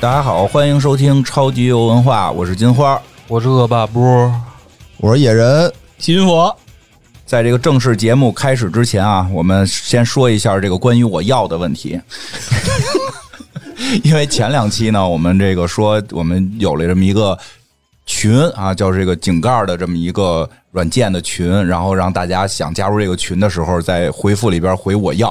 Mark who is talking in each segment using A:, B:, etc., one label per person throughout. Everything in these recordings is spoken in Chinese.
A: 大家好，欢迎收听超级游文化，我是金花。
B: 我是恶霸波，
C: 我是野人，
D: 金佛，
A: 在这个正式节目开始之前啊，我们先说一下这个关于我要的问 题。因为前两期呢，我们这个说我们有了这么一个群啊，叫这个井盖的这么一个软件的群，然后让大家想加入这个群的时候，在回复里边回我要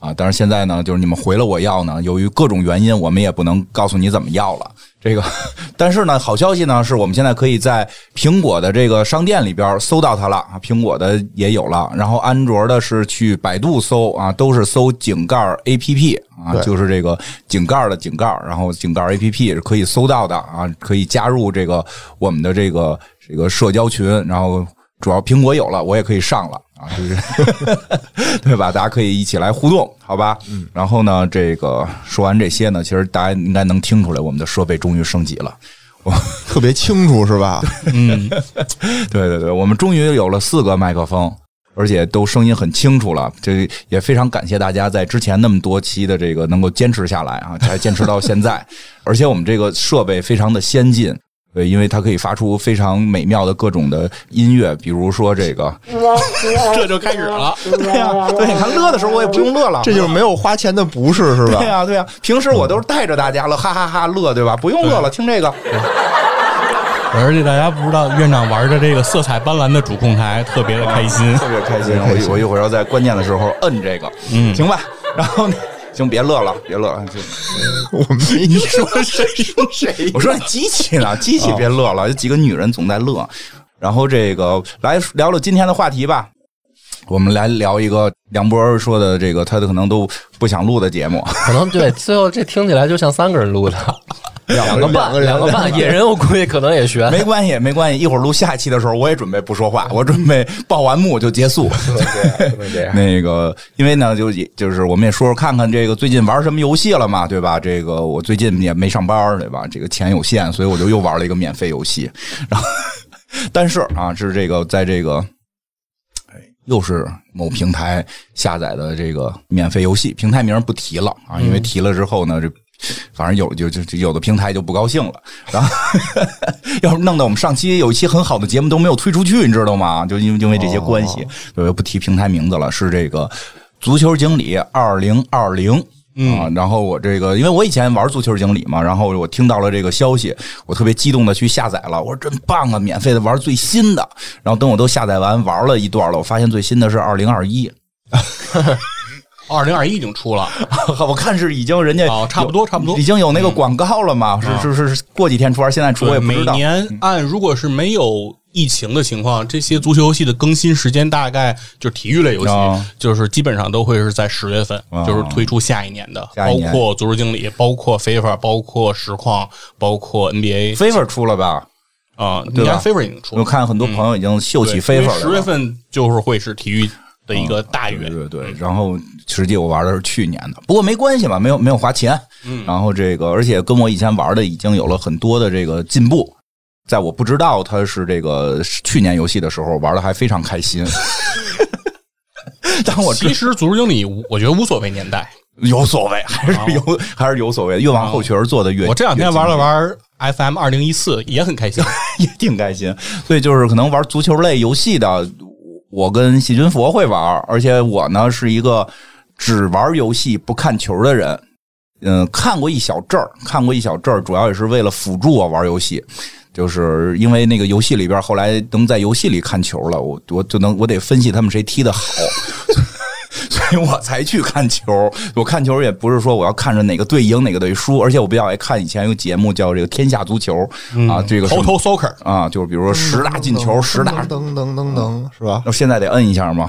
A: 啊。但是现在呢，就是你们回了我要呢，由于各种原因，我们也不能告诉你怎么要了。这个， 但是呢，好消息呢是我们现在可以在苹果的这个商店里边搜到它了啊，苹果的也有了，然后安卓的是去百度搜啊，都是搜井盖 APP 啊，
C: 对
A: 就是这个井盖的井盖，然后井盖 APP 是可以搜到的啊，可以加入这个我们的这个这个社交群，然后主要苹果有了，我也可以上了啊，就是 对吧？大家可以一起来互动，好吧？嗯。然后呢，这个说完这些呢，其实大家应该能听出来，我们的设备终于升级了。
C: 特别清楚是吧？
A: 嗯 对对对，我们终于有了四个麦克风，而且都声音很清楚了。这也非常感谢大家在之前那么多期的这个能够坚持下来 啊，才坚持到现在。而且我们这个设备非常的先进。对，因为它可以发出非常美妙的各种的音乐，比如说这个，
D: 这就开始了。
A: 对呀、 对，你看乐的时候我也 不用乐了，
C: 这就是没有花钱的不是是
A: 对
C: 吧？
A: 呀、对呀、平时我都是带着大家乐，哈哈哈乐，对吧？不用乐了，听这个，
D: 而且大家不知道，院长玩的这个色彩斑斓的主控台特别的开心。
A: 特别开心。我一我一会儿要在关键的时候摁这个，
D: 嗯
A: 行吧。然后呢，行，别乐了，别乐了。就
C: 我们没
D: 说谁说谁？
A: 我说你机器呢？机器别乐了，有几个女人总在乐。然后这个来聊聊今天的话题吧。我们来聊一个梁博儿说的这个，他可能都不想录的节目。
B: 可能对，最后这听起来就像三个人录的，
C: 两
B: 个
C: 两
B: 半，
C: 个人
B: 两个半，野人我估计可能也悬。
A: 没关系，没关系。一会儿录下一期的时候，我也准备不说话，我准备报完幕就结束。那个，因为呢，就也就是我们也说说看看这个最近玩什么游戏了嘛，对吧？这个我最近也没上班，对吧？这个钱有限，所以我就又玩了一个免费游戏。然后， 但是啊，是这个在这个，哎，又是某平台下载的这个免费游戏，平台名不提了啊，因为提了之后呢，这反正有就就就有的平台就不高兴了，然后要是弄得我们上期有一期很好的节目都没有推出去，你知道吗？就因为因为这些关系，我就不提平台名字了，是这个足球经理二零二零。啊，然后我这个，因为我以前玩足球经理嘛，然后我听到了这个消息，我特别激动的去下载了，我说真棒啊，免费的玩最新的。然后等我都下载完玩了一段了，我发现最新的是二零二一，
D: 二零二一已经出了，
A: 我看是已经人家
D: 哦差不多
A: 有
D: 差不多嗯哦
A: 已经有那个广告了嘛，是是是是过几天出还是现在出我也不
D: 每
A: 知道。
D: 年按如果是没有疫情的情况，这些足球游戏的更新时间大概就是体育类游戏
A: 哦，
D: 就是基本上都会是在十月份
A: 哦，
D: 就是推出下一年的，
A: 下一
D: 包
A: 年
D: 括足球经理，包括 FIFA，包括实况，包括 NBA
A: favor 出了吧？
D: 啊，
A: 对
D: 应该
A: 吧
D: FIFA 已经出
A: 我
D: 了。
A: 看很多朋友已经秀起
D: 对因为
A: favor
D: 十
A: 来
D: 月
A: 了。
D: 份就是会是体育的一个大
A: 啊对
D: 月，
A: 对对，然后实际我玩的是去年的，不过没关系嘛，没有没有花钱。嗯，然后这个，而且跟我以前玩的已经有了很多的这个进步，在我不知道它是这个去年游戏的时候玩的还非常开心。 但我知
D: 其实足球经理，我觉得无所谓年代。
A: 有所谓，还是有还是有所谓，越往后确实做的越。
D: 我这两天
A: 越
D: 玩了
A: 精
D: 玩 FM 二零一四，也很 开心。
A: 也挺开心。所以就是可能玩足球类游戏的，我我跟细菌佛会玩，而且我呢是一个只玩游戏不看球的人。嗯，看过一小阵儿，看过一小阵儿，主要也是为了辅助我玩游戏。就是因为那个游戏里边，后来能在游戏里看球了，我我就能我得分析他们谁踢得好， 所以我才去看球。我看球也不是说我要看着哪个队赢哪个队输，而且我比较爱看以前有个节目叫这个《天下足球》啊，这个是
D: 嗯头头 soccer，
A: 啊，就是比如说十大进球，十大，
C: 噔噔噔噔是吧？
A: 那现在得摁一下吗？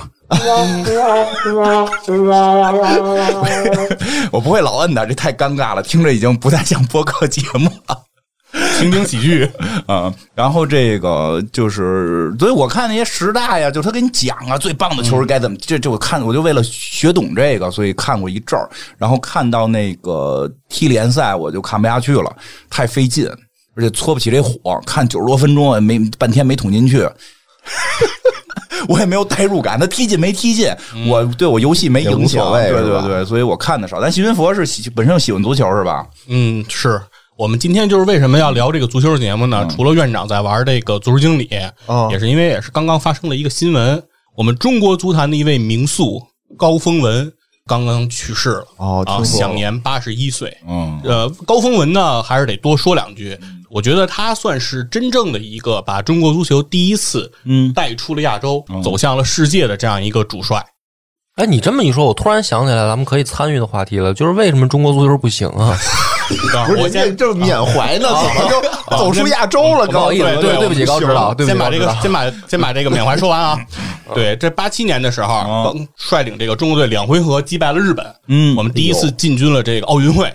A: 我不会老摁的，这太尴尬了，听着已经不太像播客节目了。
D: 情景喜 剧，
A: 啊，然后这个就是，所以我看那些十大呀，就是他给你讲啊，最棒
C: 嗯
A: 的球是该怎么，这这我看我就为了学懂这个，所以看过一阵儿，然后看到那个踢联赛我就看不下去了，太费劲，而且搓不起这火，看九十多分钟也没半天没捅进去。 我也没有代入感，他踢进没踢进，我对我游戏没
C: 嗯也无
A: 影响，
C: 所谓
A: 对
C: 是
A: 对
C: 吧
A: 对，所以我看的少。但徐云佛是喜本身就喜欢足球是吧？
D: 嗯，是我们今天就是为什么要聊这个足球节目呢？除了院长在玩这个足球经理，
C: 嗯哦
D: 也是因为也是刚刚发生了一个新闻，我们中国足坛的一位名宿高峰文刚刚去世了，
C: 哦听
D: 啊，
C: 说
D: 享年八十一岁。
A: 嗯，
D: 呃，高峰文呢，还是得多说两句。我觉得他算是真正的一个把中国足球第一次
A: 嗯
D: 带出了亚洲，
C: 嗯
D: 走向了世界的这样一个主帅。
B: 哎，你这么一说，我突然想起来，咱们可以参与的话题了，就是为什么中国足球不行啊？
C: 不是
D: 我先
C: 您这正缅怀 呢，怎么就
A: 啊
C: 走出亚洲了？
B: 不好
C: 刚
B: 意思，对对不起，高指导，对不
D: 先
B: 起，
D: 把这个
B: 高指嗯导
D: 先把先把这个缅怀说完啊。对，这八七年的时候，
A: 哦
D: 帮率领这个中国队两回合击败了日本，
A: 嗯
D: 我们第一次进军了这个奥运会。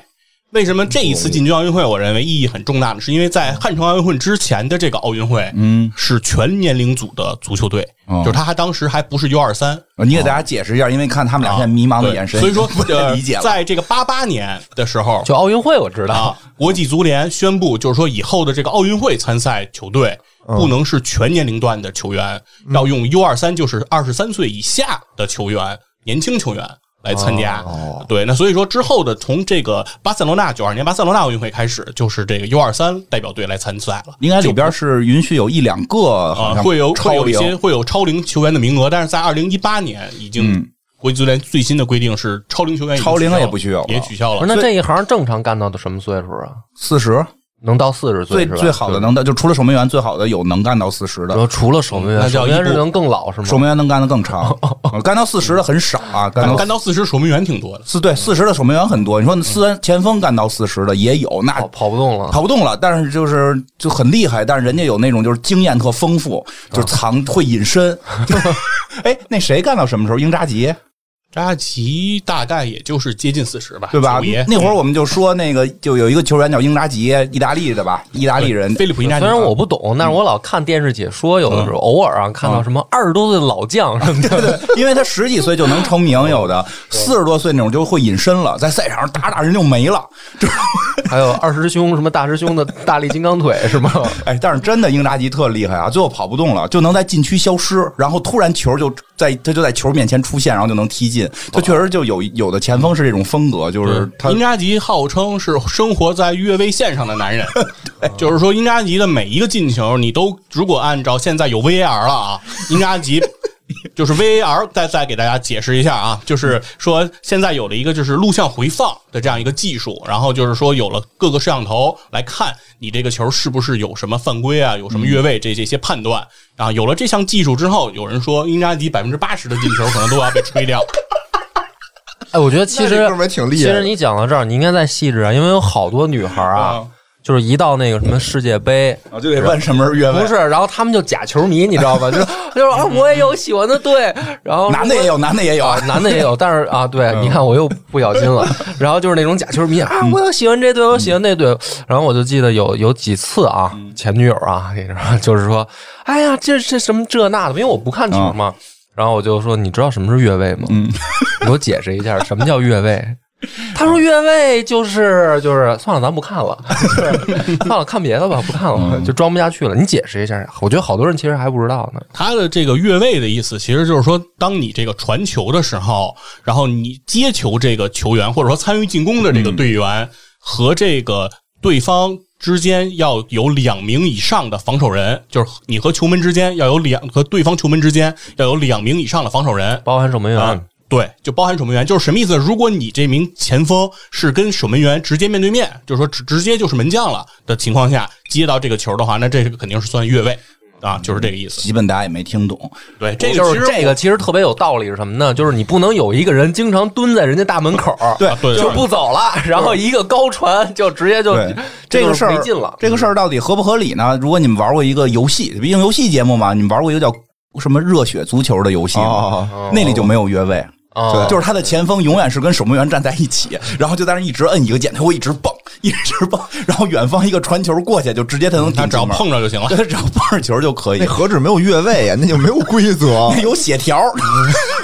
D: 为什么这一
A: 嗯
D: 次进军奥运会，我认为意义很重大呢？是因为在汉城奥运会之前的这个奥运会，
A: 嗯，
D: 是全年龄组的足球队，
A: 哦
D: 就是他当时还不是 U 二三，
A: 你给大家解释一下，因为看他们俩现在迷茫的眼神，
D: 哦啊所以说
A: 不太
D: 呃
A: 理解了。
D: 在这个八八年的时候，
B: 就奥运会我知道，
D: 啊，国际足联宣布，就是说以后的这个奥运会参赛球队
A: 嗯
D: 不能是全年龄段的球员，要用 U 二三，就是二十三岁以下的球员，年轻球员来参加。
A: 哦
D: 对，那所以说之后的从这个巴塞罗那九二年巴塞罗那奥运会开始，就是这个 U 二三代表队来参赛了。
A: 应该里边是允许有一两个，好
D: 啊，
A: 像
D: 会有
A: 超
D: 会有一
A: 龄
D: 些会有超龄球员的名额，但是在二零一八年已经国际足联最新的规定是超龄球员已
A: 嗯
D: 经
A: 超龄
D: 取消
A: 也
D: 了
A: 不许有了
D: 也取
B: 不
D: 消了
B: 是。那这一行正常干到的什么岁数啊？
A: 四十，
B: 能到四十岁
A: 最
B: 是吧？
A: 最好的能到，就除了守门员，最好的有能干到四十
B: 然
A: 的，
B: 后除了守门
D: 那
B: 员，
D: 叫
B: 守
D: 一
B: 门员是
D: 步
B: 能更老是吗？
A: 守门员能干的更长，干到四十的很少啊，干到
D: 哦干到四十，守门员挺多的。
A: 四对四十的守门员很多，你说四前锋干到四十的也有，那
D: 哦
B: 跑跑不动了。
A: 跑不动了，但是就是就很厉害，但是人家有那种就是经验特丰富，就是
D: 哦
A: 藏会隐身。 哎，那谁干到什么时候？英扎吉
D: 扎奇大概也就是接近四十吧，
A: 对吧
D: 九爷？
A: 那会儿我们就说那个就有一个球员叫英扎吉，意大利的吧，意大利人。
D: 菲利普·伊纳
B: 虽
D: 尼。
B: 然我不懂，但是我老看电视解说，有的时候偶尔啊看到什么二十多岁的老将什么 的，
A: 因为他十几岁就能成名，有的四十多岁那种就会隐身了，在赛场上打打人就没了。
B: 还有二师兄什么大师兄的大力金刚 腿是吗？
A: 哎，但是真的英扎吉特厉害啊，最后跑不动了，就能在禁区消失，然后突然球就在他就在球面前出现，然后就能踢进。他确实就有有的前锋是这种风格，就是他
D: 因扎吉号称是生活在越位线上的 男人，就是说因扎吉的每一个进球，你都如果按照现在有 VAR 了啊，因扎吉就是 VAR 再再给大家解释一下啊，就是说现在有了一个就是录像回放的这样一个技术，然后就是说有了各个摄像头来看你这个球是不是有什么犯规啊，有什么越
A: 嗯
D: 位这这些判断啊，有了这项技术之后，有人说因扎吉百分之八十的进球可能都要被吹掉。
B: 哎，我觉得其
C: 那
B: 实
C: 这哥们儿挺
B: 其
C: 厉害的
B: 实你讲到这儿，你应该再细致啊，因为有好多女孩啊
D: 嗯，
B: 就是一到那个什么世界杯。
A: 啊就得问什么是越
B: 不
A: 位。
B: 是，然后他们就假球迷，你知道吧？就 就是啊，我也有喜欢的队，然后
A: 男的也有，男的也有
B: 啊，，男的也有，但是啊，对，你看我又不小心了。然后就是那种假球迷啊，我有喜欢这队，我有喜欢那队。然后我就记得有有几次啊，前女友啊，你知道，就是说，哎呀，这这什么这那的，因为我不看球嘛。然后我就说，你知道什么是越位吗？你给我解释一下什么叫越位。他说越位就是就是算了，咱不看了，就是算了，看别的吧，不看了，就装不下去了。你解释一下，我觉得好多人其实还不知道呢。
D: 他的这个越位的意思，其实就是说，当你这个传球的时候，然后你接球这个球员，或者说参与进攻的这个队员和这个对方之间要有两名以上的防守人，就是你和球门之间要有两和对方球门之间要有两名以上的防守人
B: 包含守门员，
D: 啊。对，就包含守门员，就是什么意思？如果你这名前锋是跟守门员直接面对面，就是说直直接就是门将了的情况下接到这个球的话，那这个肯定是算越位啊，就是这个意思。
A: 基本大家也没听懂。
D: 对，这个
B: 就
D: 其
B: 是
D: 实
B: 这个其实特别有道理是什么呢？就是你不能有一个人经常蹲在人家大门口，
A: 对
D: 啊对
B: 就不走了，然后一个高传就直接就
A: 对
B: 这
A: 这
B: 就
A: 个
B: 是
A: 事儿
B: 没劲了。
A: 这个事儿到底合不合理呢？如果你们玩过一个游戏，毕竟游戏节目嘛，你们玩过一个叫什么热血足球的游戏吗
C: 哦
A: 那里就没有越位。
B: 啊，
A: 就是他的前锋永远是跟守门员站在一起，然后就在那一直摁一个键，他会一直蹦，一直蹦， 然后远方一个传球过去，就直接他能
D: 他
A: 顶
D: 只要
A: 进门，
D: 碰着就行了。
A: 对，他 只要碰上球就可
C: 那
A: 以，
C: 何止没有越位啊呀，
A: ，
C: 那就没有规则
A: 有血条，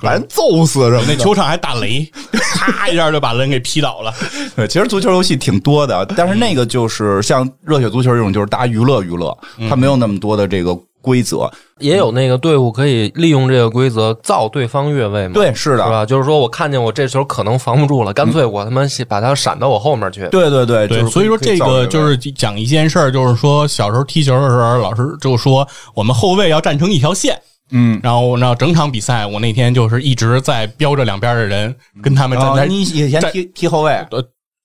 C: 把人揍死什么
D: 那
C: 的。
D: 球场还打雷，啪一下就把人给劈倒了。
A: 对，其实足球游戏挺多
C: 嗯
A: 的，但是那个就是像热血足球这种，就是大家娱乐娱乐，它没有那么多的这个规则。
B: 也有那个队伍可以利用这个规则造对方越位嘛？
A: 对，是
B: 是
A: 的，
B: 吧？就是说我看见我这球可能防不住了，干脆我他妈把它闪到我后面 去。
A: 对对对，就
D: 对，
A: 是
D: 所以说
A: 可
D: 这
A: 造
D: 个
A: 个
D: 就是讲一件事儿，就是说小时候踢球的时候，老师就说我们后卫要站成一条线。
A: 嗯，
D: 然后然后整场比赛，我那天就是一直在标着两边的人，跟他们站
A: 哦
D: 在
A: 你以前
D: 在
A: 踢踢后卫，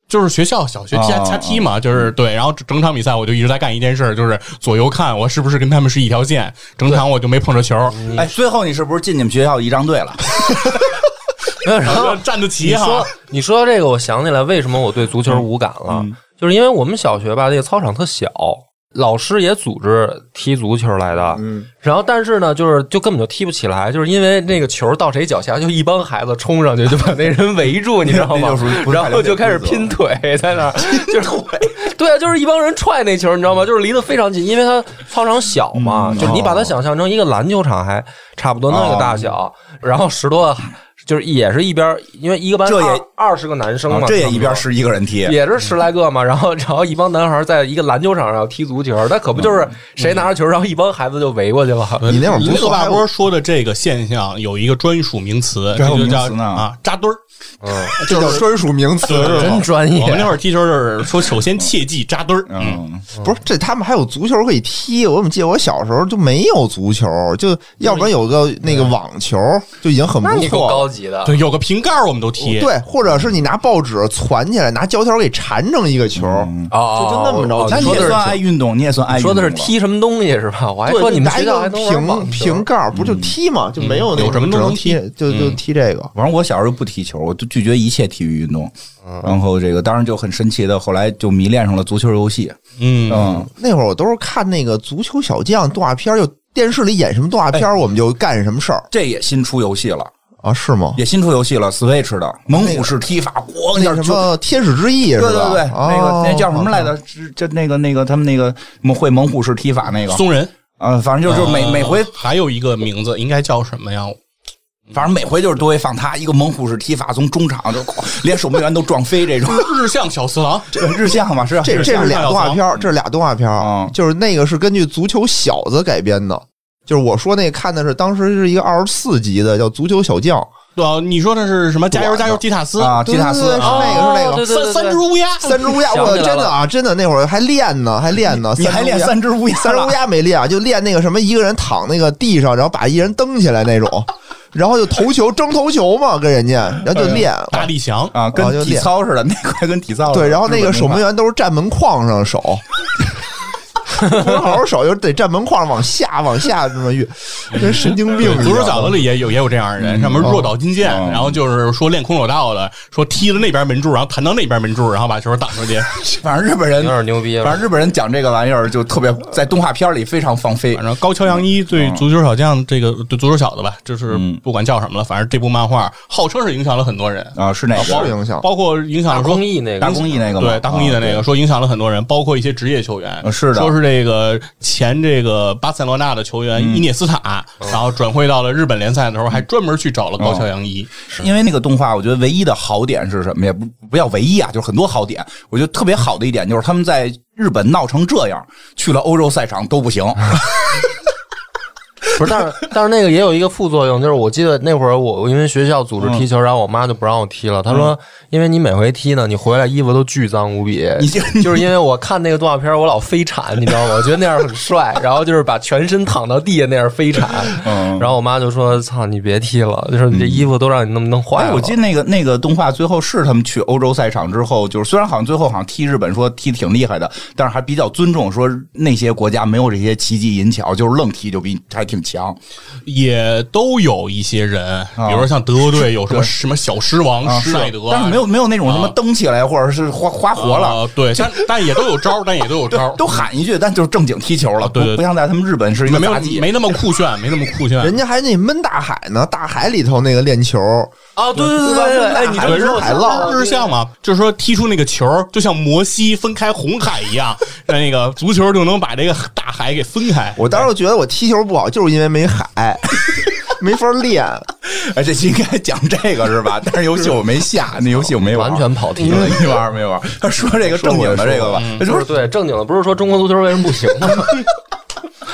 D: 就是学校小学瞎
A: 啊
D: 瞎踢嘛，就是对。然后整场比赛我就一直在干一件事儿，就是左右看我是不是跟他们是一条线。整场我就没碰着球，
A: 哎，最后你是不是进你们学校仪仗队了？
B: 没有，然
D: 然
B: 后
D: 后 站得齐
B: 你
D: 哈
B: 说。你说到这个，我想起来为什么我对足球无感了，
A: 嗯
B: 就是因为我们小学吧，那个操场特小，老师也组织踢足球来的，
C: 嗯，
B: 然后但是呢，就是就根本就踢不起来，就是因为那个球到谁脚下，就一帮孩子冲上去就把那人围住，你知道
A: 那就
B: 吗
A: 属于？不太
B: 然后就开始拼腿在 那儿，就是对啊，就是一帮人踹那球，你知道吗？就是离得非常近，因为它操场小嘛，
A: 嗯
B: 就是你把
A: 哦
B: 它想象成一个篮球场还差不多那个大小，然后十多个孩。就是也是一边儿，因为一个班
A: 这也
B: 二二十个男生嘛
A: 啊，这也一边
B: 差
A: 十一个人踢
B: 不多，也是十来个嘛，然后然后一帮男孩在一个篮球场上踢足球，那可不就是谁拿着球，然后一帮孩子就围过去了。
C: 你那会儿足
D: 六
C: 球
D: 大
C: 还
D: 波说的这个现象有一个专属名词，
A: 这
D: 这
A: 还有
D: 就叫
A: 名词呢
D: 啊扎堆儿。
B: 嗯，
C: 这叫专属名词
D: 对
C: 是吧
B: 真专业
D: 我们那会儿踢球就是说，首先切记扎堆儿。嗯，
A: 嗯，
C: 不是，这他们还有足球可以踢。我怎么记得我小时候就没有足球，就要不然有个那个网球就已经很
B: 那
C: 不
B: 你够
C: 错了。
B: 高级的。
D: 对，有个瓶盖儿我们都踢。
C: 对，或者是你拿报纸攒起来，拿胶条给缠成一个球，
A: 嗯
B: 哦，
C: 就就那么着
B: 哦
A: 那
C: 咱
B: 你
A: 你
B: 说
A: 也
B: 的是
A: 算爱运动，你也算爱
B: 你
A: 运
B: 说
A: 动
B: 的是
A: 了
B: 踢什么东西是吧？我还
C: 对，
B: 说你们
C: 拿一
B: 学校
C: 个
B: 还能玩网
C: 瓶
B: 球啊
C: 瓶盖儿，不就踢嘛，就没有那
D: 有什么
C: 只
D: 都能
C: 能踢，就就踢这个。
A: 反正我小时候不踢球，我就拒绝一切体育运动。然后这个当然就很神奇的，后来就迷恋上了足球游戏。
D: 嗯，
A: 嗯，
C: 那会儿我都是看那个《足球小将》动画片儿，就电视里演什么动画片儿，我们就干什么事儿
A: 这也新出游戏了，
C: 啊？是吗？
A: 也新出游戏了，Switch 的猛虎式踢法，咣一下
C: 那什
A: 就。
C: 么《天使之翼》
A: 对
C: 是
A: 对
C: 吧？
A: 对，那
C: 哦
A: 个那叫什么来着？是就那个那个他们那个什么会猛虎式踢法那个，
D: 松人
A: 嗯，反正就是
C: 哦
A: 每
D: 呃
A: 每回，
D: 还有一个名字，应该叫什么呀？
A: 反正每回就是都会放他一个猛虎式踢法，从中场就哐连守门员都撞飞 这种。
D: 日向小次郎。
A: 这日向嘛，是啊
C: 这
D: 是
C: 这
D: 像
C: 是俩
D: 大
C: 动
D: 小
C: 画
D: 藏
C: 片儿，这是俩动画片儿
A: 嗯，
C: 就是那个是根据《足球小子》改编的，就是我说那个看的是当时是一个二十四集的，叫《足球小将》
D: 对啊，你说的是什么？加
C: 短
D: 油
C: 的
D: 加油，吉塔斯！哦
A: 啊，吉塔
C: 对
A: 斯
C: 对对是那个是那个
B: 对对对
D: 三
B: 对
D: 三只乌鸦，
C: 三只乌鸦，
B: 想起
C: 我
B: 来
C: 真的
B: 了
C: 啊，真的那会儿还练呢，还练呢，
A: 你还练
C: 三
A: 三只乌鸦
C: 只乌鸦？ 三只乌鸦没练啊，就练那个什么一个人躺那个地上，然后把一人蹬起来那种，然后就投球争投球嘛，跟人家，然后就练。
D: 大力翔，
A: 啊，
C: 哦就
A: 跟体
C: 练
A: 操似的，那块跟体操似的
C: 对，然后那个守门，员都是站门框上手，不是好好守，就是得站门框往下往下这么运，跟神经病一样。
D: 足球小子里也有也有这样的人，上面弱导金剑，
A: 嗯
D: 然后就是说练空手道的，说踢了那边门柱，然后弹到那边门柱，然后把球挡出去。
A: 日本那块反正日本人
B: 有，点牛逼
A: 反
B: 了。
A: 正日本人讲这个玩意儿就特别在动画片里非常放飞
D: 反。正高桥阳一对足球小将这个对足球小子吧，就是
A: 嗯
D: 不管叫什么了，反正这部漫画号称是影响了很多人，
A: 啊，是哪
C: 啊
A: 个？
C: 是影响。
D: 包括影响
B: 大
D: 了说
B: 公益那个
A: 达公益那个吗？
D: 对大空翼的那个，
A: 啊
D: 说影响了很多人，包括一些职业球员
A: 呃，是的
D: 说是这个前这个巴塞罗那的球
A: 嗯
D: 员伊涅斯塔，
A: 哦
D: 然后转会到了日本联赛的时候，还专门去找了高桥洋一，
A: 对因为那个动画，我觉得唯一的好点是什么？也不不要唯一啊，就是很多好点。我觉得特别好的一点就是他们在日本闹成这样，去了欧洲赛场都不 行。
B: 不是，但是但是那个也有一个副作用，就是我记得那会儿我因为学校组织踢
A: 嗯
B: 球，然后我妈就不让我踢了。她说，因为你每回踢呢，你回来衣服都巨脏无比。
A: 你这
B: 就是因为我看那个动画片，我老飞铲，你知道吗？我觉得那样很 帅，然后就是把全身躺到地下那样飞铲。然后我妈就说：“操，你别踢了，就是你这衣服都让你弄弄坏
A: 哎，
B: 了。”
A: 我记得那个那个动画最后是他们去欧洲赛场之后，就是虽然好像最后好像踢日本说踢挺厉害的，但是还比较尊重说那些国家没有这些奇技淫巧，就是愣踢就比还挺强。
D: 也都有一些人，比如说像德 国队有什么什么小狮王施耐德，
A: 但哦是没有没有那种什么蹬起来或者是花花活了，
D: 啊，对，但但也都有招儿，但也都有
A: 对
D: 招儿，
A: 都喊一句，但就是正经踢球了，
D: 啊对对
A: 不不像在他们日本是一个
D: 没有
A: 杂技。
D: 没那么酷炫，没那么酷炫。
C: 人家还那闷大海呢，大海里头那个练球，
B: 啊，对对对对对，哎，你这
D: 对
B: 么
D: 日
B: 说我
C: 海
B: 想
C: 浪
A: 啊
B: 到了
D: 日向嘛，就是说踢出那个球，就像摩西分开红海 一样，那个足球就能把这个大海给分开。
C: 我当时觉得我踢球不好，就是因为没海，没法 练。
A: 哎，这期应该讲这个是吧？但是游戏我没下，那游戏我没玩，
B: 完全跑题了。
A: 没玩没 玩。他说这个正经的这个吧，他
B: 不
A: 说
B: 是对正经的，不是说中国足球为什么不行吗？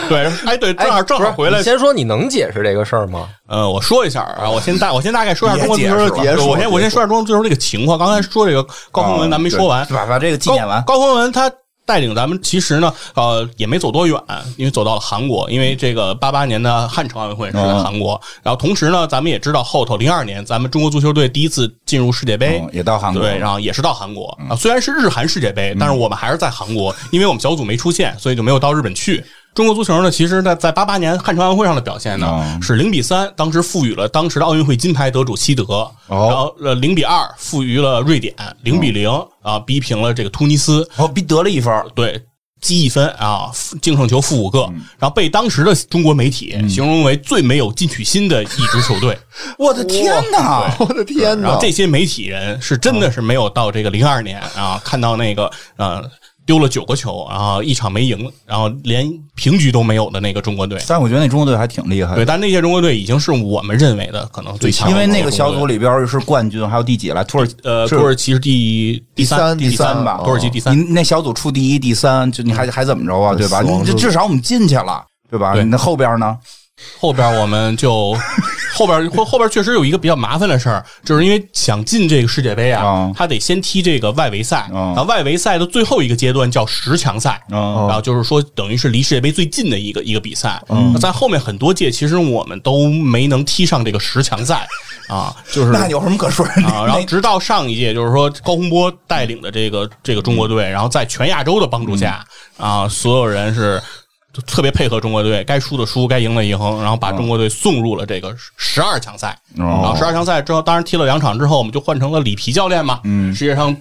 D: 对，哎，对，正好正好回来
B: 你，先说你能解释这个事儿吗？
D: 呃，我说一下啊，我先大我先大概说一下
A: 别
D: 中国足球
A: 解释
D: 的
A: 了
D: 对
C: 别说
D: 我先我
C: 别
D: 先说一下中国足球这个情况。刚才说这个高洪文，咱没说完
A: 啊对，把把这个纪
D: 高
A: 念完。
D: 高洪文他带领咱们，其实呢，呃，也没走多远，因为走到了韩国，因为这个八八年的汉城奥运会是在
A: 嗯
D: 韩国。然后同时呢，咱们也知道后头零二年咱们中国足球队第一次进入世界杯，
A: 嗯也到韩国
D: 哎
A: 嗯
D: 对，然后也是到韩国啊，虽然是日韩世界杯，但是我们还是在韩国，因为我们小组没出现，所以就没有到日本去。中国足球呢，其实在在八八年汉城奥运会上的表现呢
A: 嗯
D: 是零比三，当时赋予了当时的奥运会金牌得主西德，
A: 哦
D: 然后呃零比二赋予了瑞典，零比零啊逼平了这个突尼斯，
A: 哦，逼得了一分儿，
D: 对，积一分啊，负净胜球负五个，
A: 嗯
D: 然后被当时的中国媒体形容为最没有进取心的一支球队。
A: 我的天哪！
C: 我的天
D: 然
C: 哪
D: 后！这些媒体人是真的是没有到这个零二年啊，看到那个呃丢了九个球，然后一场没赢，然后连平局都没有的那个中国队。
A: 但我觉得那中国队还挺厉害
D: 对，
A: 的，
D: 但那些中国队已经是我们认为的可能最强的
A: 因
D: 中国
A: 为
D: 队了，
A: 那个小组里边是冠军，还有第几来？土耳其
D: 呃，
A: 是
D: 土耳其是第第
C: 三
D: 第
C: 第三
D: 吧，
C: 哦
D: 土耳其第三嗯
A: 你。那小组出第一、第三，就你还还怎么着啊？对吧？
C: 死亡
A: 你这
C: 之
A: 至少我们进去了，对吧？
D: 对
A: 那后边呢？
D: 后边我们就后边后后边确实有一个比较麻烦的事儿，就是因为想进这个世界杯啊
A: 啊，
D: 他得先踢这个外围赛，
A: 啊
D: 然后外围赛的最后一个阶段叫十强赛。
A: 嗯
D: 然后就是说，等于是离世界杯最近的一个一个比赛。那在后面很多届，其实我们都没能踢上这个十强赛啊，就是
A: 那有什么可说的？
D: 啊，然 后
A: 那
D: 直到上一届，就是说高洪波带领的这个这个中国
A: 嗯
D: 队，然后在全亚洲的帮助下，啊，所有人是就特别配合中国队，该输的输，该赢的赢，然后把中国队送入了这个十二强赛。然后
A: 哦
D: 十二强赛之后，当然踢了两场之后，我们就换成了里皮教练嘛，嗯，世界上。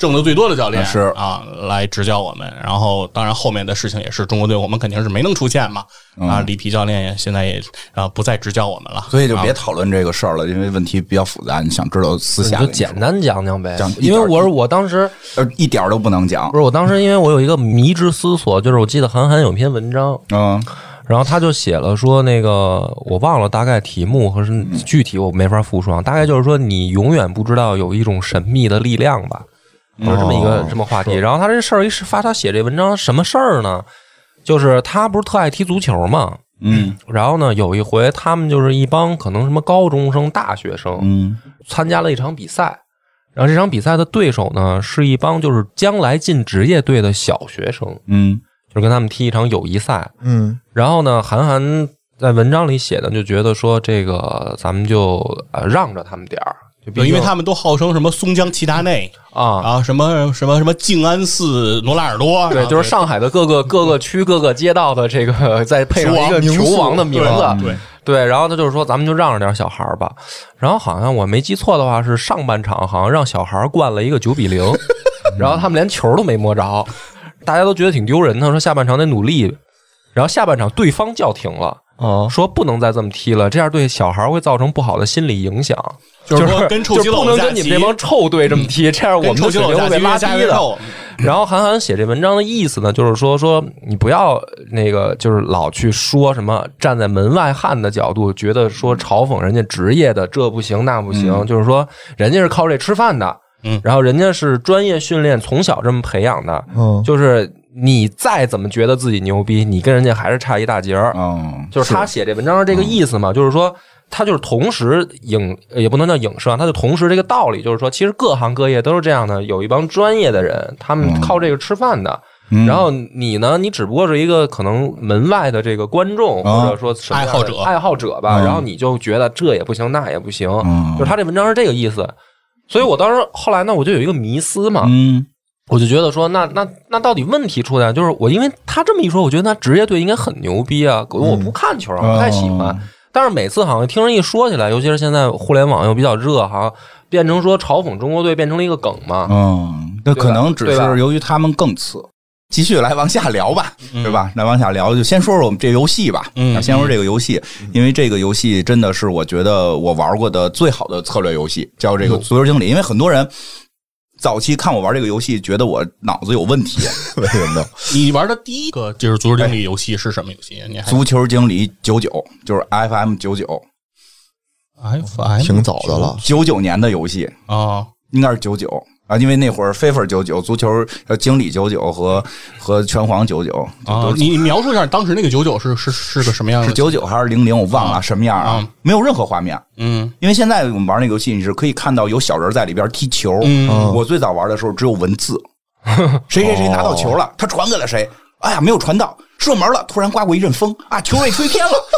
D: 挣得最多的教练
A: 那是
D: 啊，来执教我们。然后，当然后面的事情也是中国队，我们肯定是没能出现嘛。啊，里皮教练也现在也啊不再执教我们了，
A: 嗯所以就
D: 啊
A: 别讨论这个事儿了，因为问题比较复杂。你想知道私
B: 你
A: 下
B: 就
A: 的
B: 简单讲讲呗
A: 讲一，点
B: 因为我是我当时
A: 呃一点儿都不能讲
B: 不。是我当时，因为我有一个迷之思索，就是我记得韩寒有篇文章，
A: 嗯
B: 然后他就写了说那个我忘了大概题目和
A: 嗯
B: 是具体我没法复述啊，大概就是说你永远不知道有一种神秘的力量吧，
A: 嗯
B: 就是这么一
A: 哦
B: 个这么话题。然后他这事儿一是发，他写这文章什么事儿呢？就是他不是特爱踢足球嘛，
A: 嗯
B: 然后呢有一回他们就是一帮可能什么高中生、大学生
A: 嗯
B: 参加了一场比赛。然后这场比赛的对手呢，是一帮就是将来进职业队的小学生，
A: 嗯
B: 就是跟他们踢一场友谊赛。
C: 嗯，
B: 然后呢，韩寒在文章里写的就觉得说，这个咱们就呃让着他们点儿，就毕
D: 对，
B: 竟
D: 因为他们都号称什么松江齐达内，
B: 啊，
D: 啊，什么什么什么静安寺罗纳尔多，啊
B: 对，就是上海的各 个各个区、各个街道的这个再配上一个
C: 球王
B: 球王的名字，啊
D: 对，
B: 对。然后他就是说，咱们就让着点小孩儿吧。然后好像我没记错的话，是上半场好像让小孩儿灌了一个九比 零，然后他们连球都没摸着，大家都觉得挺丢人的，说下半场得努力。然后下半场对方叫停了。
D: 啊
C: 哦，
B: 说不能再这么踢了，这样对小孩会造成不好的心理影响。
D: 就是说
B: 是
D: 跟臭
B: 就
D: 鸡
B: 是
D: 老
B: 不能
D: 下
B: 跟你
D: 棋
B: 们这帮臭队这么踢，这样我
D: 跟
B: 们
D: 臭
B: 的
D: 棋
B: 水平
D: 老
B: 会
D: 下
B: 被
D: 棋
B: 拉
D: 越下
B: 低
D: 越
B: 的。
D: 臭，
B: 然后韩寒写这文章的意思呢，就是说说你不要呃那个，就是老去说什么站在门外汉的角度，觉得说嘲讽人家职业的这不行那不行，就是说人家是靠这吃饭的，
D: 嗯
B: 然后人家是专业训练，从小这么培养的，
C: 嗯，
B: 就是你再怎么觉得自己牛逼，你跟人家还是差一大截儿。
A: 嗯，
B: 就是他写这文章是这个意思嘛，就是说他就是同时影呃也不能叫影射啊，他就同时这个道理，就是说其实各行各业都是这样的，有一帮专业的人，他们靠这个吃饭的。
A: 嗯
B: 然后你呢？你只不过是一个可能门外的这个观众，
A: 啊
B: 或者说什么样的
D: 爱好者
B: 爱好者吧。
A: 嗯
B: 然后你就觉得这也不行，那也不行，
A: 嗯
B: 就是他这文章是这个意思。所以我当时后来呢，我就有一个迷思嘛，
A: 嗯
B: 我就觉得说，那那那到底问题出在就是我，因为他这么一说，我觉得那职业队应该很牛逼啊！我不看球啊，
A: 嗯
B: 不太喜欢。
A: 哦
B: 但是每次好像听人一说起来，尤其是现在互联网又比较热，好像变成说嘲讽中国队变成了一个梗嘛。
A: 嗯，那
B: 对
A: 可
B: 吧
A: 能只
B: 对吧
A: 是由于他们更次。继续来往下聊吧，对吧？来往下聊，就先说说我们这游戏吧。
D: 嗯
A: 啊先说这个游戏，因为这个游戏真的是我觉得我玩过的最好的策略游戏，叫这个足球经理。因为很多人早期看我玩这个游戏，觉得我脑子有问题。
C: 为什么？
D: 你玩的第一个就是足球经理游戏是什么游戏？啊你还
A: 足球经理九九就是 FM 九九
D: F M
C: 挺早的了
A: 嗯九九年的游戏，
D: 啊
A: 应该是九九啊，因为那会儿 FIFA 九九、足球呃经理九九和和拳皇九九
D: 啊，你你描述一下当时那个九九是是是个什么样
A: 是
D: 的？
A: 九九还是零零，我忘了什么样啊
D: 啊，
A: 没有任何画面。
D: 嗯，
A: 因为现在我们玩那个游戏，你是可以看到有小人在里边踢球。
D: 嗯
A: 我最早玩的时候只有文 字，谁谁谁拿
D: 哦
A: 到球了，他传给了谁？哎呀，没有传到，射门了，突然刮过一阵风啊，球被吹偏了。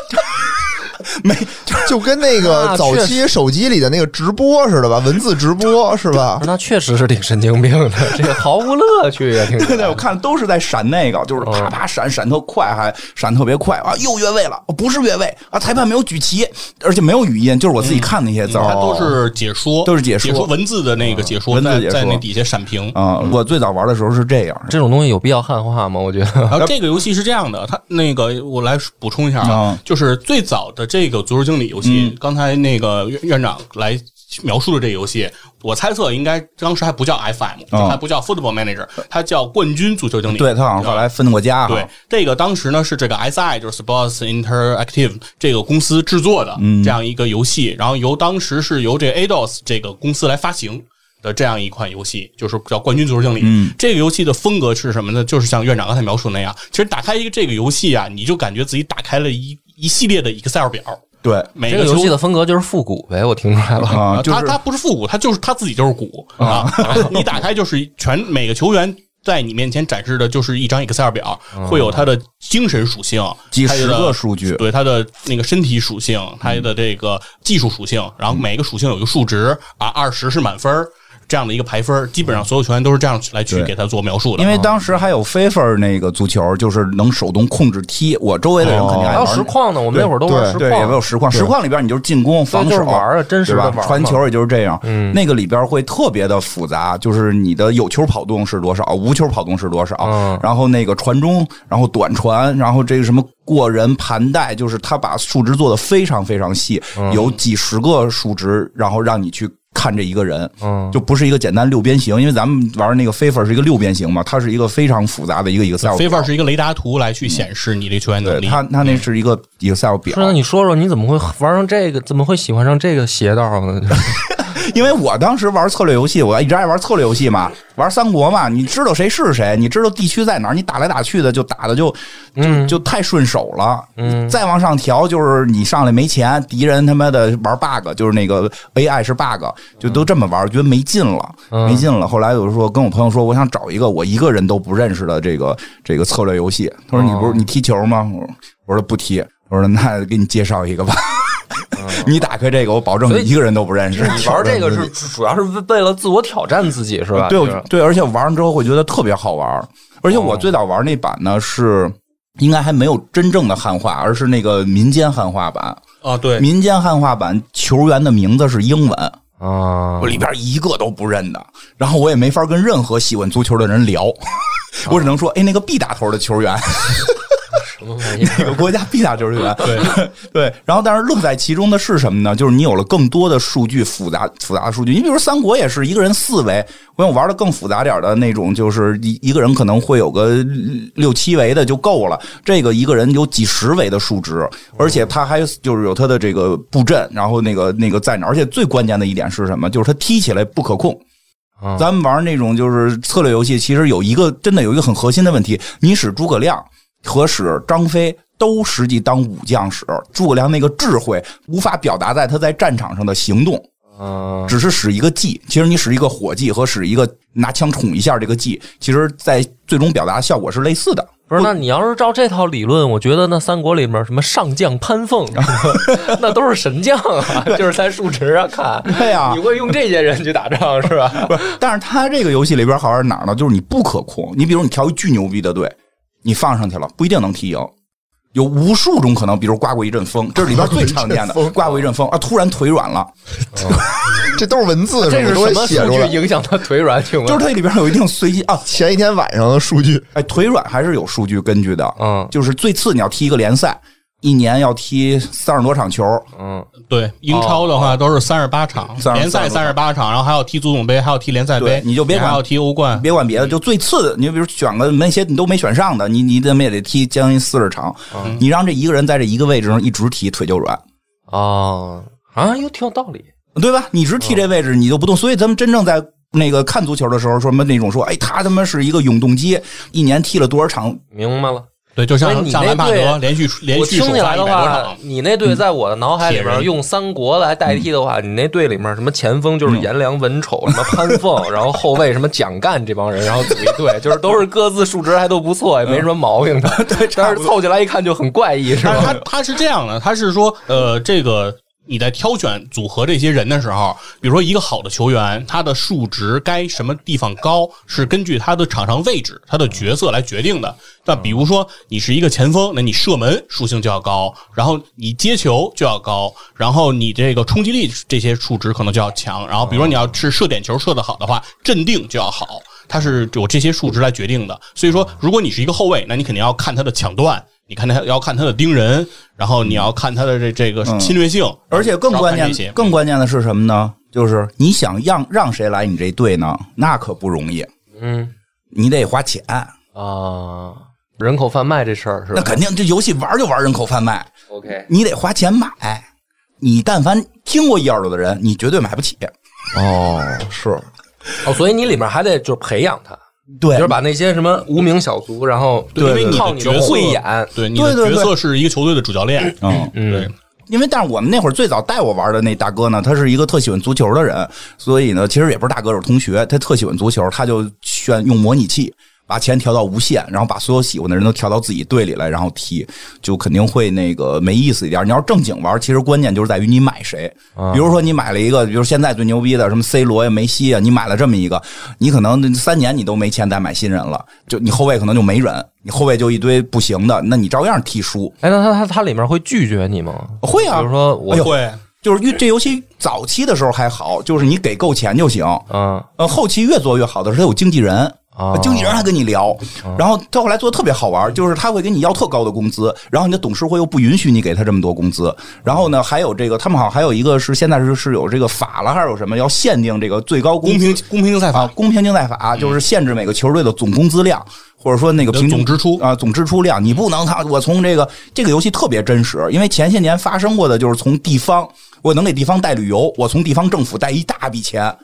A: 没，
C: 就跟那个
B: 啊
C: 早
B: 确
C: 期手机里的那个直播似的吧，文字直播 是吧？
B: 那确实是挺神经病的，这个毫无乐趣啊呀、听起来
A: 对对，我看都是在闪那个，就是啪啪闪，闪特快，还闪特别快啊！又越位了，哦不是越位啊！裁判没有举旗，而且没有语音，就是我自己看那些字儿，
D: 嗯它都是解说，
A: 都是解说
D: 说文字的那个解说，
A: 文字
D: 在
A: 解说
D: 在那底下闪屏。
A: 啊。我最早玩的时候是这样，
B: 这种东西有必要汉化吗？我觉得。
D: 然后这个游戏是这样的，它那个我来补充一下啊
A: 嗯，
D: 就是最早的这个足球经理游戏，刚才那个院院长来描述的这个游戏，我猜测应该当时还不叫 FM，
A: 嗯
D: 还不叫 Football Manager，它叫冠军足球经理。
A: 对他好像后来分过
B: 啊
A: 家哈，
D: 对，这个当时呢是这个 SI 就是 Sports Interactive 这个公司制作的
B: 嗯
D: 这样一个游戏，然后由当时是由这个 Ados 这个公司来发行。的这样一款游戏，就是叫《冠军足球经理》。
A: 嗯
D: 这个游戏的风格是什么呢？就是像院长刚才描述那样，其实打开一个这个游戏啊，你就感觉自己打开了一一系列的 Excel 表，
A: 对
D: 每
B: 这
D: 个
B: 个游
D: 球
B: 戏的风格就是复古呗，我听出来了。
A: 啊，就
D: 它
A: 是
D: 它不是复古，它就是它自己就是鼓啊。你打开就是全每个球员在你面前展示的就是一张 Excel 表，
A: 啊
D: 会有他的精神属性，
A: 几
D: 他
A: 十
D: 的
A: 个数据，
D: 对它的那个身体属性，它的这个技术属性，然后
A: 嗯
D: 每个属性有一个数值啊，二十是满分儿这样的一个排分儿，基本上所有球员都是这样来去
A: 嗯对
D: 给他做描述的。
A: 因为当时还有 FIFA 那个足球，就是能手动控制踢，我周围的人肯定
C: 哦
A: 爱
B: 还有
A: 玩
B: 实
A: 那。
B: 况呢，我们那会儿都玩实
A: 对，也
B: 况
A: 没有实况，实况里边你就是进攻、防守，
B: 就是玩啊真实
A: 对
B: 的
A: 吧
B: 玩嘛嗯
A: 传球也就是这样。那个里边会特别的复杂，就是你的有球跑动是多少，无球跑动是多少，
B: 嗯
A: 然后那个传中，然后短传，然后这个什么过人、盘带，就是他把数值做的非常非常细，
B: 嗯
A: 有几十个数值，然后让你去。看这一个人，
B: 嗯
A: 就不是一个简单六边形，因为咱们玩那个 FIFA 是一个六边形嘛，它是一个非常复杂的一个 Excel
D: 非
A: 表。
D: 法是一个雷达图来去显示你这球员能
A: 对
D: 力。
A: 它，它那是一个 Excel 表。
B: 是那你说说你怎么会玩上这个？怎么会喜欢上这个邪道呢？
A: 因为我当时玩策略游戏，我一直爱玩策略游戏嘛，玩三国嘛，你知道谁是谁，你知道地区在哪儿，你打来打去的就打的就
B: 嗯
A: 就就太顺手了。嗯，再往上调就是你上来没钱，敌人他妈的玩 bug，就是那个 AI 是 bug，就都这么玩，觉得没劲了，
B: 嗯
A: 没劲了。后来我就说跟我朋友说，我想找一个我一个人都不认识的这个这个策略游戏。他说你
B: 哦
A: 不是你踢球吗？我说我说不踢。我说那给你介绍一个吧， 你打开这个，我保证
B: 嗯所以
A: 你一个人都不认识。
B: 你玩这个是主要是为了自我挑战自己是吧？
A: 啊对，我
B: 就是
A: 对，而且玩完之后会觉得特别好玩儿。而且我最早玩那版呢是。应该还没有真正的汉化，而是那个民间汉化版。
D: 啊，对，
A: 民间汉化版球员的名字是英文，
B: 啊
A: 我，里边一个都不认的。然后我也没法跟任何喜欢足球的人聊， 我只能说，哎，那个 B 打头的球员，
B: 什么玩意儿？
A: 那个国家 B 打球员，对对。然后，但是乐在其中的是什么呢？就是你有了更多的数据复杂复杂的数据。你比如说三国也是一个人四维，我想玩的更复杂点的那种，就是一一个人可能会有个六七维的就够了。这个一个人有几十维的数值，而且他还就是有他的这个布阵，然后那个那个在哪儿？而且最关键的一点是什么？就是他踢起来不可控。
B: 嗯
A: 咱们玩那种就是策略游戏，其实有一个真的有一个很核心的问题：你使诸葛亮和使张飞都实际当武将使，诸葛亮那个智慧无法表达在他在战场上的行动，
B: 嗯，
A: 只是使一个计。其实你使一个火计和使一个拿枪捅一下这个计，其实在最终表达效果是类似的。
B: 不是，那你要是照这套理论，我觉得那三国里面什么上将 潘凤，那都是神将啊，就是在数值上看。
A: 对啊
B: 你会用这些人去打仗是吧？
A: 不是，但是他这个游戏里边好玩哪儿呢？就是你不可控。你比如你调一巨牛逼的队，你放上去了，不一定能踢赢。有无数种可能，比如刮过一阵风，这是里边最常见的。刮过一阵风啊，突然腿软了，
C: 这都是文字，
B: 这是
C: 我
B: 什
C: 都
B: 么
C: 会写
B: 数
C: 出
B: 据
C: 来。
B: 影响他腿软？请问
A: 就是它里边有一定随机啊。
C: 前一天晚上的数据，
A: 哎，腿软还是有数据根据的。
B: 嗯
A: 就是最次你要踢一个联赛，一年要踢三十多场球，
B: 嗯，
D: 对，英超的话都是三十八场，
A: 32
D: 联赛三十八场，然后还要踢足总杯，还要踢联赛杯
A: 对，你就别管
D: 还要踢欧冠，
A: 别管别的，就最次的，你就比如选个那些你都没选上的，你你怎么也得踢将近四十场。你让这一个人在这一个位置上一直踢，腿就软。
B: 哦啊，又挺有道理。
C: 嗯
A: 对吧？你一直踢这位置，你就不动，所以咱们真正在那个看足球的时候，说什么那种说，哎，他他妈是一个永动机，一年踢了多少场？
B: 明白了。
D: 对，就
B: 所以
D: 像
B: 你
D: 像
B: 那
D: 兰帕
B: 队
D: 德连续连
B: 我
D: 续
B: 听
D: 首
B: 起来
D: 发一
B: 的
D: 百多
B: 话
D: 场，，
B: 你那队在我的脑海里
D: 铁
B: 边
D: 人
B: 用三国来代替的话，你那队里面什么前锋
D: 嗯
B: 就是颜良、文丑、什么潘凤，然后后卫什么蒋干这帮人，然后组一队，就是都是各自数值还都不错，也没什么毛病的，但是凑起来一看就很怪异，是
D: 嗯但是
B: 吧？
D: 他他是这样的，他是说，呃，这个你在挑选组合这些人的时候，比如说一个好的球员，他的数值该什么地方高，是根据他的场上位置、他的角色来决定的。那比如说你是一个前锋，那你射门属性就要高，然后你接球就要高，然后你这个冲击力这些数值可能就要强。然后比如说你要是射点球射得好的话，镇定就要好。它是有这些数值来决定的，所以说，
A: 嗯
D: 如果你是一个后卫，那你肯定要看他的抢断，你看他要看他的盯人，然后你要看他的这这个侵略性，
A: 嗯而且更
D: 然后
A: 关
D: 看这
A: 键
D: 些，
A: 更关键的是什么呢？就是你想让让谁来你这队呢？那可不容易，
B: 嗯
A: 你得花钱。
B: 啊，人口贩卖这事儿是
A: 那
B: 吧
A: 肯定，这游戏玩就玩人口贩卖，
B: ？OK，
A: 你得花钱买。你但凡听过一耳朵的人，你绝对买不起。
C: 哦，是
B: 哦，所以你里面还得就是培养他，
A: 对
B: 就是把那些什么无名小卒，然后
D: 对因为你的
B: 靠你
D: 角色
B: 慧眼，
D: 对你
A: 对
D: 的
A: 对
D: 角
A: 对
D: 色是一个球队的主教练，
A: 嗯，
D: 对，
A: 因为但是我们那会儿最早带我玩的那大哥呢，他是一个特喜欢足球的人，所以呢，其实也不是大哥，是同学，他特喜欢足球，他就选用模拟器 把钱调到无限，然后把所有喜欢的人都调到自己队里来，然后踢，就肯定会那个没意思一点。你要是正经玩，其实关键就是在于你买谁，
B: 啊
A: 比如说你买了一个，比如现在最牛逼的什么 C 罗呀、梅西啊呀，你买了这么一个，你可能三年你都没钱再买新人了，就你后卫可能就没人，你后卫就一堆不行的，那你照样踢输。
B: 哎，那他他他里面会拒绝你吗？
A: 会啊，
B: 比如说我
A: 哎呦
D: 会
A: 就是越这游戏早期的时候还好，就是你给够钱就行。
B: 嗯
A: 呃，后期越做越好的时候，它有经纪人。
B: 哦
A: 经纪人还跟你聊，然后他后来做的特别好玩，就是他会给你要特高的工资，然后你的董事会又不允许你给他这么多工资，然后呢，还有这个他们好像还有一个是现在是是有这个法了还是有什么要限定这个最高工
D: 公
A: 资
D: 平公平竞赛
A: 啊
D: 法，
A: 公平竞赛法
D: 嗯
A: 就是限制每个球队的总工资量，或者说那个平均
D: 总支出
A: 啊总支出量，你不能他我从这个这个游戏特别真实，因为前些年发生过的就是从地方我能给地方带旅游，我从地方政府带一大笔钱。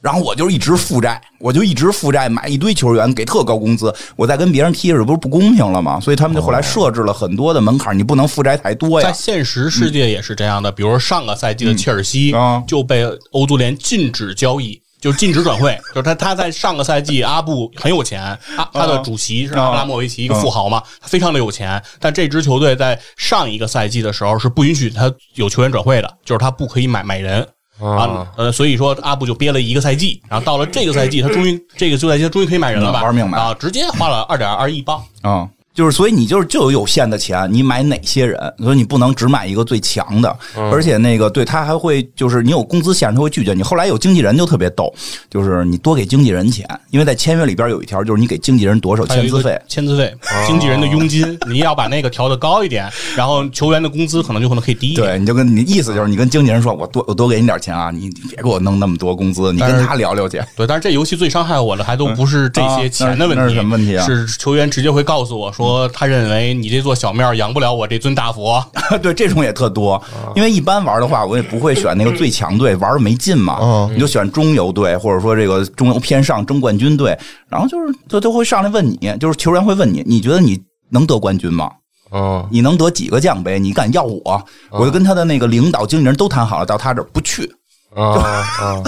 A: 然后我就一直负债，我就一直负债，买一堆球员，给特高工资，我再跟别人踢，这不是不公平了吗？所以他们就后来设置了很多的门槛，你不能负债太多
D: 哦在
A: 呀。
D: 现实世界也是这样的，比如说上个赛季的切尔西
A: 啊嗯啊
D: 就被欧足联禁止交易。就是禁止 转会，就是他他在上个赛季阿布很有钱，阿
A: 啊
D: 他的主席是阿布拉莫维奇，一个富豪嘛，他非常的有钱。但这支球队在上一个赛季的时候是不允许他有球员转会的，就是他不可以买买人啊，呃，所以说阿布就憋了一个赛季，然后到了这个赛季，他终于这个休赛期他终于可以买人了吧？
A: 嗯玩命买
D: 啊，直接花了二点二亿镑。
A: 啊、就是所以你就是就有有限的钱，你买哪些人，所以你不能只买一个最强的，
D: 嗯
A: 而且那个对他还会就是你有工资限制，他会拒绝你。后来有经纪人就特别逗，就是你多给经纪人钱，因为在签约里边有一条就是你给经纪人多少
D: 还有
A: 签
D: 一
A: 字
D: 个
A: 费。哦
D: 签字费，经纪人的佣金，你要把那个调的高一点，然后球员的工资可能就可能可以低一点。
A: 对，你就跟你意思就是你跟经纪人说，我多我多给你点钱啊，你你别给我弄那么多工资，你
D: 但
A: 跟
D: 是
A: 他聊聊去。
D: 对，但是这游戏最伤害我的还都不是这些钱的问
A: 啊那是那
D: 题，
A: 是什么问题啊
D: 是球员直接会告诉我说，他认为你这座小庙养不了我这尊大佛。
A: 对，这种也特多，因为一般玩的话，我也不会选那个最强队，玩的没劲嘛
C: 嗯。
A: 你就选中游队，或者说这个中游偏上争冠军队，然后就是就都会上来问你，就是球员会问你，你觉得你能得冠军吗？
B: 嗯
A: 你能得几个奖杯？你敢要我？我就跟他的那个领导、经纪人都谈好了，到他这儿不去。
B: 啊啊，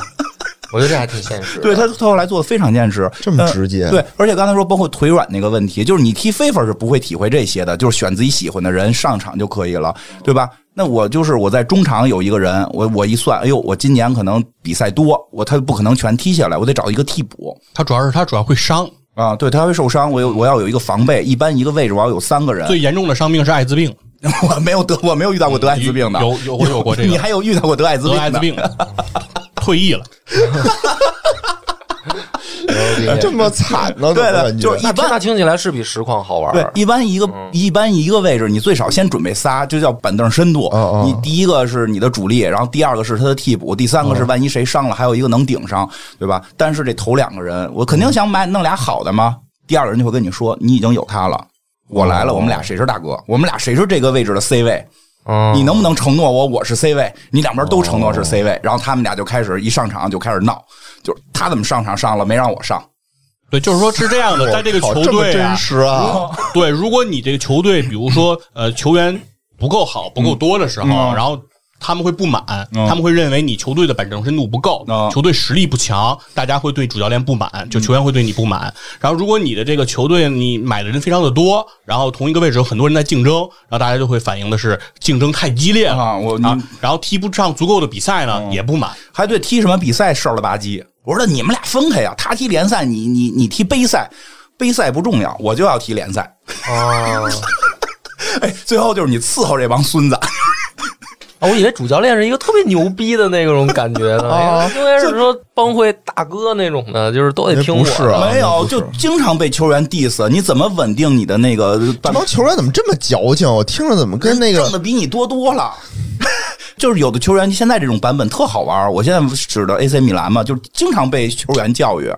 B: 我觉得这还挺现实的。
A: 对他，他后来做的非常坚持，
C: 这么
A: 呃
C: 直接
A: 对，而且刚才说包括腿软那个问题，就是你踢 FIFA 是不会体会这些的，就是选自己喜欢的人上场就可以了，对吧？那我就是我在中场有一个人，我我一算，哎呦，我今年可能比赛多，我他不可能全踢下来，我得找一个替补
D: 他主要是他主要会伤，
A: 啊，对他会受伤，我有我要有一个防备，一般一个位置我要有三个人，
D: 最严重的伤病是艾滋病，
A: 我没有得我没有遇到过得艾滋病的，
D: 有有我有过这个
A: 你还有遇到过得艾滋
D: 得
A: 病
D: 艾滋
A: 的？
D: 病， 退役了。
C: 这么惨呢？
A: 对
C: 怎么
A: 的，
C: 感觉
A: 就是一
B: 那
A: 般
B: 那听起来是比实况好玩
A: 对
B: 儿，。
A: 一般一个、一般一个位置，你最少先准备仨，就叫板凳深度。
C: 嗯嗯
A: 你第一个是你的主力，然后第二个是他的替补，第三个是万一谁伤了，还有一个能顶上，对吧？但是这头两个人，我肯定想买弄俩好的嘛。第二个人就会跟你说，你已经有他了，我来了，我们俩谁是大哥？我们俩谁是这个位置的 C 位？
B: 嗯
A: 你能不能承诺我我是 C 位？你两边都承诺是 C 位，然后他们俩就开始一上场就开始闹，就是他怎么上场上了没让我上，
D: 对，就是说是这样的，在这个
C: 好
D: 球
C: 哦这么
D: 队
C: 真
D: 啊，
C: 实啊，
D: 对，如果你这个球队，比如说呃球员不够好、不够多的时候，
A: 嗯
D: 然后他们会不满，
A: 嗯
D: 他们会认为你球队的板正深度不够，
A: 嗯
D: 球队实力不强，大家会对主教练不满，就球员会对你不满。然后如果你的这个球队你买的人非常的多，然后同一个位置有很多人在竞争，然后大家就会反映的是竞争太激烈了
A: 啊我
D: 啊
A: 你，嗯
D: 然后踢不上足够的比赛呢，也不满。
A: 还对踢什么比赛事儿了吧唧。我说你们俩分开呀、他踢联赛，你你你踢杯赛，杯赛不重要，我就要踢联赛。
B: 哦，
A: 哎，最后就是你伺候这帮孙子，
B: 啊我以为主教练是一个特别牛逼的那种感觉
A: 啊
B: 呢，应该是说帮会大哥那种的，就是都得听我
C: 不是啊
B: 的。
A: 没有
C: 不是
A: 就经常被球员 diss，你怎么稳定你的那个
C: 这帮球员怎么这么矫情？我听着怎么跟那
A: 挣的
C: 个
A: 比你多多了。 就是有的球员现在这种版本特好玩儿，我现在指的 AC 米兰嘛，就是经常被球员教育，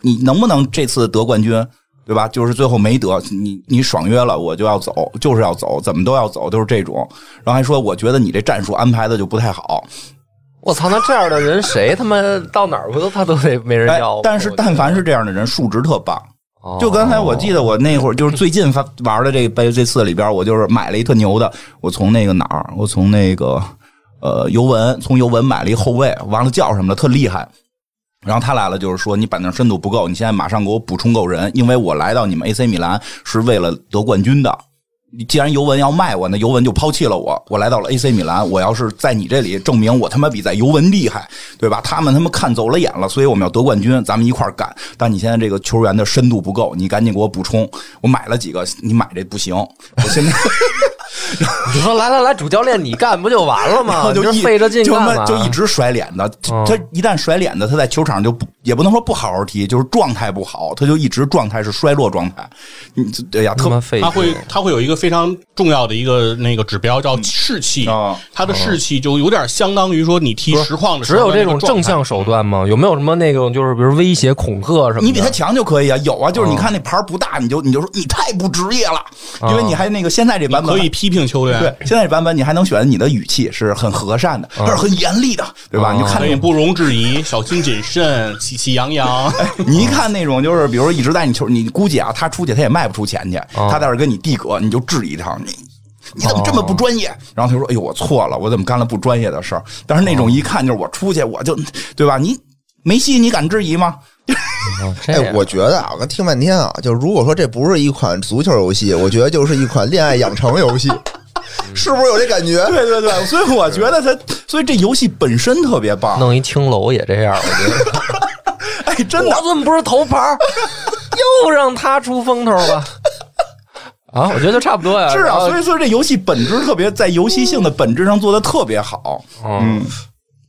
A: 你能不能这次得冠军，对吧？就是最后没得，你你爽约了，我就要走，就是要走，怎么都要走，都是这种。然后还说，我觉得你这战术安排的就不太好。
B: 我操，那这样的人谁他妈到哪儿不都他都得没人
A: 哎
B: 要？，
A: 但是
B: 我觉得
A: 但凡是这样的人，数值特棒。
B: 哦
A: 就刚才我记得我那会儿就是最近发玩的这杯这次里边，我就是买了一特牛的，我从那个哪儿，我从那个呃尤文，从尤文买了一后卫，完了叫什么了，特厉害。然后他来了，就是说你板凳深度不够，你现在马上给我补充够人，因为我来到你们 AC 米兰是为了得冠军的。你既然尤文要卖我，那尤文就抛弃了我。我来到了 AC 米兰，我要是在你这里证明我他妈比在尤文厉害，对吧？他们他妈看走了眼了，所以我们要得冠军，咱们一块儿干。但你现在这个球员的深度不够，你赶紧给我补充。我买了几个，你买这不行。我现 在
B: 你说来来来，主教练你干不就完了吗？
A: 就
B: 你
A: 一
B: 这费着劲
A: 就他
B: 干
A: 妈
B: 嘛？
A: 就一直甩脸子。
B: 嗯
A: 他一旦甩脸子，他在球场就不也不能说不好好踢，就是状态不好，他就一直状态是衰落状态。你哎呀，
B: 他
A: 特
B: 妈费劲，
D: 他会他会有一个非常重要的一个那个指标叫士气
A: 啊，
D: 他的士气就有点相当于说你踢实况的时
B: 只
D: 候
B: 有这
D: 那
B: 种
D: 个状
B: 正
D: 态
B: 向手段吗？有没有什么那种就是比如威胁、恐吓什么的？
A: 你比他强就可以啊，有啊，
B: 嗯
A: 就是你看那牌儿不大，你就你就说你太不职业了，因
B: 嗯
A: 为你还那个现在这版本
D: 可以批评球员
A: 对，，现在这版本你还能选你的语气是很和善的，但是很严厉的，对吧？
B: 嗯
A: 你就看
D: 所以
A: 那种，
D: 不容置疑，小心谨慎，喜气洋洋。
A: 你一看那种就是，比如一直在你球，你估计啊，他出去他也卖不出钱去，
B: 嗯
A: 他在这儿跟你递葛，你就质疑他，你你怎么这么不专业？然后他说：“哎呦，我错了，我怎么干了不专业的事儿？”但是那种一看就是我出去我就对吧？你梅西你敢质疑吗？
B: 哦这样
C: 哎，我觉得啊，我刚听半天啊，就如果说这不是一款足球游戏，我觉得就是一款恋爱养成游戏，是不是有这感觉？
A: 对对对， 所以我觉得他，所以这游戏本身特别
C: 啊
A: 棒。
B: 弄一青楼也这样，我觉 得
A: 哎，真的
B: 我怎么不是头牌儿？又让他出风头了啊！我觉得差不多呀。
A: 是
B: 然
A: 啊，
B: 后
A: 所以说这游戏本质特别，在游戏性的本质上做的特别好。
B: 嗯，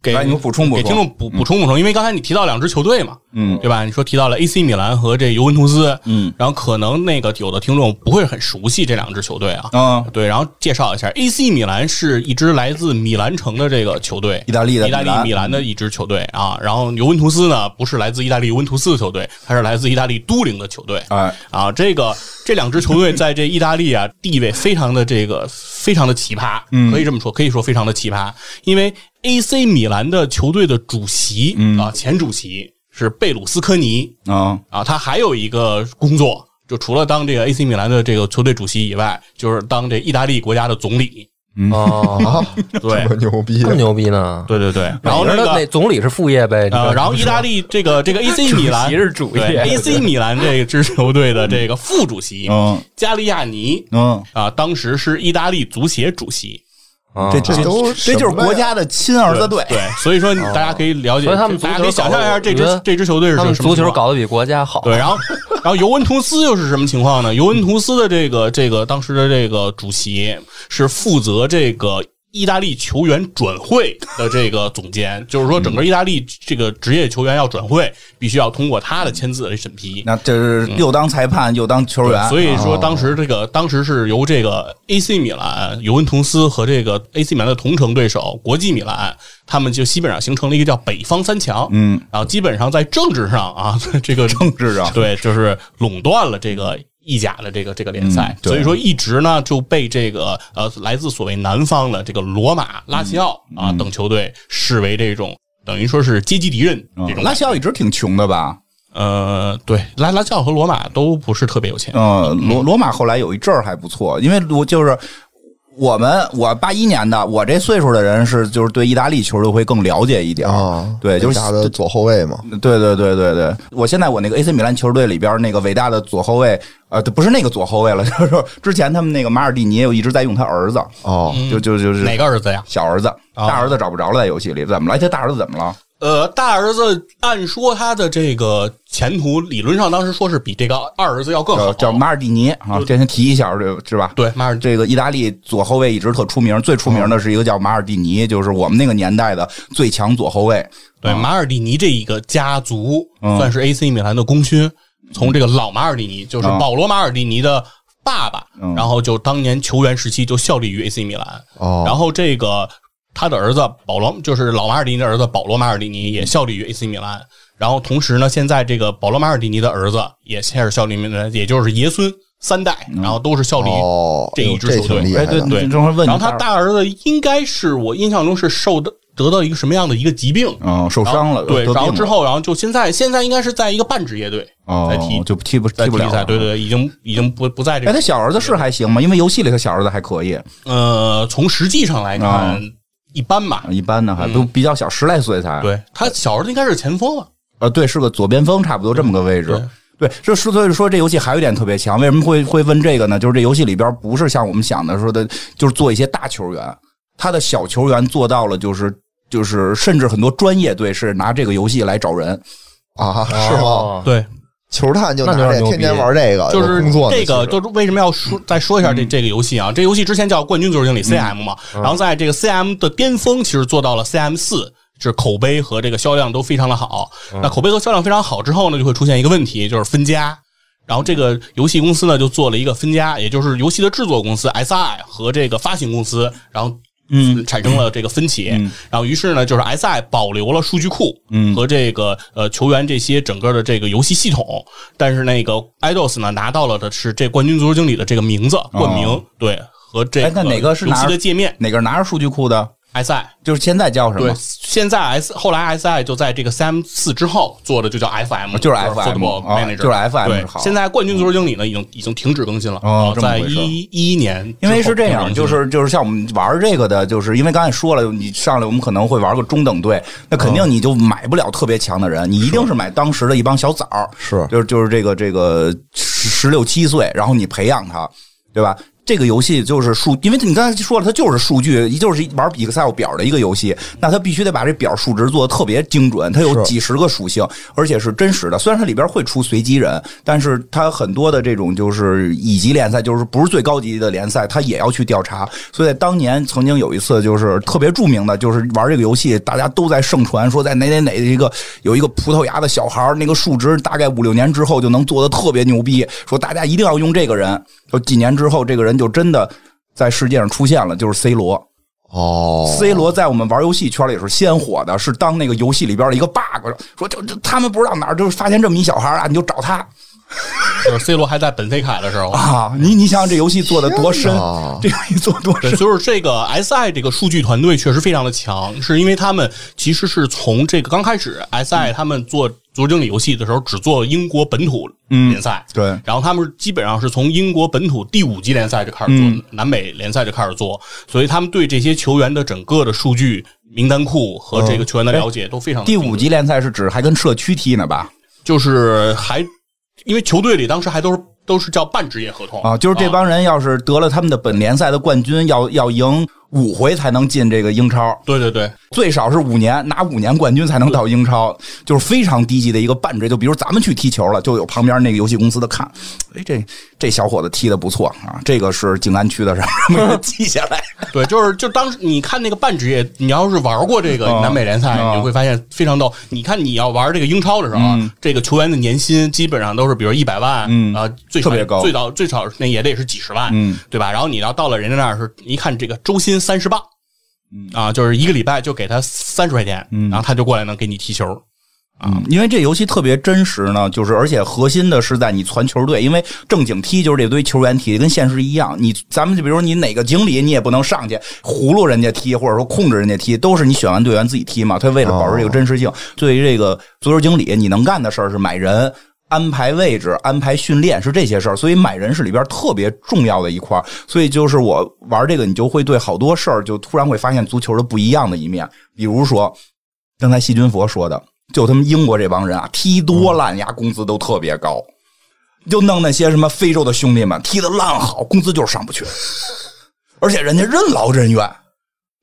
D: 给
A: 来你们补充补
D: 给
A: 充
D: 听众补补充补充，因为刚才你提到两支球队嘛，
A: 嗯
D: 对吧？你说提到了 AC 米兰和这尤文图斯，
A: 嗯，
D: 然后可能那个有的听众不会很熟悉这两支球队啊，
A: 嗯，
D: 对，然后介绍一下，AC 米兰是一支来自米兰城的这个球队，
A: 意大利的
D: 意大
A: 米兰
D: 利米兰的一支球队啊。然后尤文图斯呢，不是来自意大利尤文图斯的球队，它是来自意大利都灵的球队。
A: 哎，
D: 啊，这个这两支球队在这意大利啊地位非常的这个非常的奇葩，
A: 嗯
D: 可以这么说，可以说非常的奇葩，因为 AC 米兰的球队的主席、啊，前主席是贝鲁斯科尼，
A: 嗯
D: 啊，他还有一个工作，就除了当这个 AC 米兰的这个球队主席以外，就是当这意大利国家的总理。
B: 哦，
C: 啊，
D: 对
C: 这么牛逼
B: 这么牛逼呢？
D: 对对嗯对，然后那
B: 你说他那
D: 个
B: 总理是副业呗，
D: 呃，然后意大利这个这个 AC 米兰
B: 主席是主业
D: 对 AC 米兰这支球队的这个副主席
A: 嗯
D: 加利亚尼
A: 嗯，
D: 啊，当时是意大利足协主席。
B: 后
A: 这
C: 这都
A: 这就是国家的亲儿子队。
D: 对，所以说
B: 哦
D: 大家可以了解，
B: 所以他们足球
D: 大家可以想象一下这
B: 搞得我觉得
D: 支这支球队是
B: 他
D: 什
B: 们足
D: 么
B: 球
D: 情况
B: 搞得比国家好。
D: 对，然后然后尤文图斯又是什么情况呢？尤文图斯的这个这个当时的这个主席是负责这个。意大利球员转会的这个总监，就是说，整个意大利这个职业球员要转会，必须要通过他的签字来审批。
A: 那这是又当裁判又当球员，哦
D: 所以说，当时这个当时是由这个 AC 米兰、尤文图斯和这个 AC 米兰的同城对手国际米兰，他们就基本上形成了一个叫北方三强。
A: 嗯，
D: 然后基本上在政治上啊，这个
A: 政治上
D: 对，就是垄断了这个意甲的这个这个联赛
A: 嗯，对
D: 所以说一直呢就被这个呃来自所谓南方的这个罗马、拉齐奥
A: 嗯
D: 啊等球队视为这种等于说是阶级敌人这种
A: 拉嗯齐奥一直挺穷的吧？
D: 呃，对，拉拉齐奥和罗马都不是特别有钱。
A: 嗯，罗罗马后来有一阵儿还不错，因为我就是我们我八一年的，我这岁数的人是就是对意大利球队会更了解一点儿
C: 啊，
A: 对，就是
C: 家的左后卫嘛，
A: 对对对对对，我现在我那个 AC 米兰球队里边那个伟大的左后卫，呃，不是那个左后卫了， 就是说之前他们那个马尔蒂尼也有一直在用他儿子，
C: 哦，
A: 就就就是
D: 嗯哪个儿子呀？
A: 小儿子，
D: 哦
A: 大儿子找不着了，在游戏里怎么了？他大儿子怎么了？
D: 呃，大儿子按说他的这个前途理论上当时说是比这个二儿子要更好
A: 叫，叫马尔蒂尼啊，
D: 哦
A: 这先提一下，这是吧？
D: 对马尔
A: 这个意大利左后卫一直特出名，最出名的是一个叫马尔蒂尼，就是我们那个年代的最强左后卫。
D: 对马尔蒂尼这一个家族
A: 啊嗯
D: 算是 AC 米兰的功勋，从这个老马尔蒂尼，就是
A: 嗯
D: 保罗马尔蒂尼的爸爸，
A: 嗯
D: 然后就当年球员时期就效力于 AC 米兰，
C: 哦
D: 嗯然后这个他的儿子保罗，就是老马尔蒂尼的儿子保罗马尔蒂尼也效力于 AC 米兰。然后同时呢，现在这个保罗马尔蒂尼的儿子也开始效力于米兰，也就是爷孙三代，
A: 嗯
D: 然后都是效力于
C: 哦，
D: 这一支
C: 这
D: 球队
C: 挺厉
A: 哎
C: 害的，
D: 哎对
A: 你正好问你
D: 然后他大儿子应该是我印象中是受的得到一个什么样的一个疾病，
A: 嗯受
D: 然后
A: 伤了，
D: 对，
A: 得
D: 然后
A: 病
D: 之
A: 了
D: 后，然后就现在现在应该是在一个半职业队在踢
A: 哦，就踢不踢
D: 在踢
A: 不
D: 比
A: 了
D: 赛，
A: 了。啊
D: 对对，对已经已经不不在这
A: 哎，
D: 个
A: 他小儿子是还行吗？因为游戏里他小儿子还可以，
D: 呃，从实际上来
A: 啊
D: 看一般吧。
A: 一般呢还
D: 嗯
A: 都比较小，十来岁才。
D: 对他小儿子应该是前锋吧？
A: 呃，对，是个左边锋，差不多这么个位置。对，这是所以说这游戏还有一点特别强，为什么会会问这个呢？就是这游戏里边不是像我们想的说的，就是做一些大球员，他的小球员做到了，就是就是甚至很多专业队是拿这个游戏来找人。
C: 啊，是吗？
B: 哦？
D: 对，
C: 球探就拿
B: 那有点
C: 这
B: 牛逼
C: 天天玩这
A: 啊
C: 个，
D: 就
C: 有
D: 是
C: 工作呢
D: 这个，
C: 其实
D: 就是为什么要说再说一下
A: 嗯
D: 这这个游戏啊？这游戏之前叫《冠军足球经理》CM 嘛，然后在这个 CM 的巅峰，其实做到了 CM 四。是口碑和这个销量都非常的好，
A: 嗯
D: 那口碑和销量非常好之后呢，就会出现一个问题，就是分家。然后这个游戏公司呢，就做了一个分家，也就是游戏的制作公司 SI 和这个发行公司，然后嗯产生了这个分歧。然后于是呢，就是 SI 保留了数据库
A: 嗯
D: 和这个呃球员这些整个的这个游戏系统，但是那个 IDOS 呢拿到了的是这冠军足球经理的这个名字冠名，对和这
A: 哦哎那哪个
D: 个
A: 是
D: 游
A: 拿
D: 戏的界面
A: 哪个拿着数据库的？
D: SI。
A: 就是现在叫什
D: 对
A: 么，？
D: 现在 S 后来 SI 就在这个 CM 四之后做的就叫 FM，
A: 哦就是 FM
D: Football
A: 啊
D: Manager，
A: 就是 FM
D: 对
A: 是好
D: 现在冠军足球经理呢，已经已经停止更新了，
A: 哦这么
D: 在
A: 回事
D: 一一年之后停止更新了，
A: 因为是这样，就是就是像我们玩这个的，就是因为刚才说了，你上来我们可能会玩个中等队，那肯定你就买不了特别强的人，你一定嗯是买当时的一帮小崽儿，
C: 是
A: 就是就是这个这个十十六七岁，然后你培养他，对吧？这个游戏就是数，因为你刚才说了，它就是数据，就是玩 Excel 表的一个游戏，那它必须得把这表数值做的特别精准，它有
C: 是
A: 几十个属性，而且是真实的。虽然它里边会出随机人，但是它很多的这种就是乙级联赛，就是不是最高级的联赛，它也要去调查。所以在当年曾经有一次，就是特别著名的，就是玩这个游戏，大家都在盛传说在哪哪哪的一个有一个葡萄牙的小孩儿，那个数值大概五六年之后就能做的特别牛逼，说大家一定要用这个人。就几年之后，这个人就真的在世界上出现了，就是 C 罗。
C: 哦
A: C 罗在我们玩游戏圈里是先火的，是当那个游戏里边的一个 bug，说就就他们不知道哪儿，就是发现这么一小孩儿啊，你就找他
D: 就是 C 罗还在本菲卡的 时候，
A: 啊！你你想想这游戏做的多深
C: 天哪，
A: 这游戏做得多深
D: 对，就是这个 SI 这个数据团队确实非常的强，是因为他们其实是从这个刚开始 SI 他们做足球经理游戏的时候，只做英国本土联赛，
A: 对
D: 然后他们基本上是从英国本土第五级联赛就开始做，
A: 嗯
D: 南美联赛就开始做，所以他们对这些球员的整个的数据名单库和这个球员的了解都非常
A: 哦第
D: 地
A: 五级联赛是指还跟社区踢呢吧？
D: 就是还因为球队里当时还都是都是叫半职业合同
A: 啊，就是这帮人要是得了他们的本联赛的冠军，要要赢五回才能进这个英超，
D: 对对对，
A: 最少是五年，拿五年冠军才能到英超，就是非常低级的一个半职。就比如咱们去踢球了，就有旁边那个游戏公司的看，哎，这这小伙子踢的不错啊，这个是静安区的 什么什么记下来。
D: 对，就是就当时你看那个半职业，你要是玩过这个
A: 嗯
D: 南美联赛，
A: 嗯
D: 你就会发现非常逗。你看你要玩这个英超的时候，啊
A: 嗯
D: 这个球员的年薪基本上都是比如一百万，
A: 嗯
D: 啊，最少
A: 特别高
D: 最早最少那也得是几十万，
A: 嗯，
D: 对吧？然后你要到了人家那儿是，一看这个周薪三十磅，啊，就是一个礼拜就给他三十块钱，
A: 嗯
D: 然后他就过来能给你踢球。
A: 嗯，因为这游戏特别真实呢，就是而且核心的是在你传球队，因为正经踢就是这堆球员踢，跟现实一样。你咱们就比如你哪个经理，你也不能上去葫芦人家踢，或者说控制人家踢，都是你选完队员自己踢嘛。他为了保持这个真实性，对于这个足球经理，你能干的事儿是买人。安排位置、安排训练是这些事儿，所以买人是里边特别重要的一块儿。所以就是我玩这个，你就会对好多事儿就突然会发现足球的不一样的一面。比如说，刚才细菌佛说的，就他们英国这帮人啊，踢多烂呀，工资都特别高，就弄那些什么非洲的兄弟们踢的烂好，工资就是上不去，而且人家任劳任怨。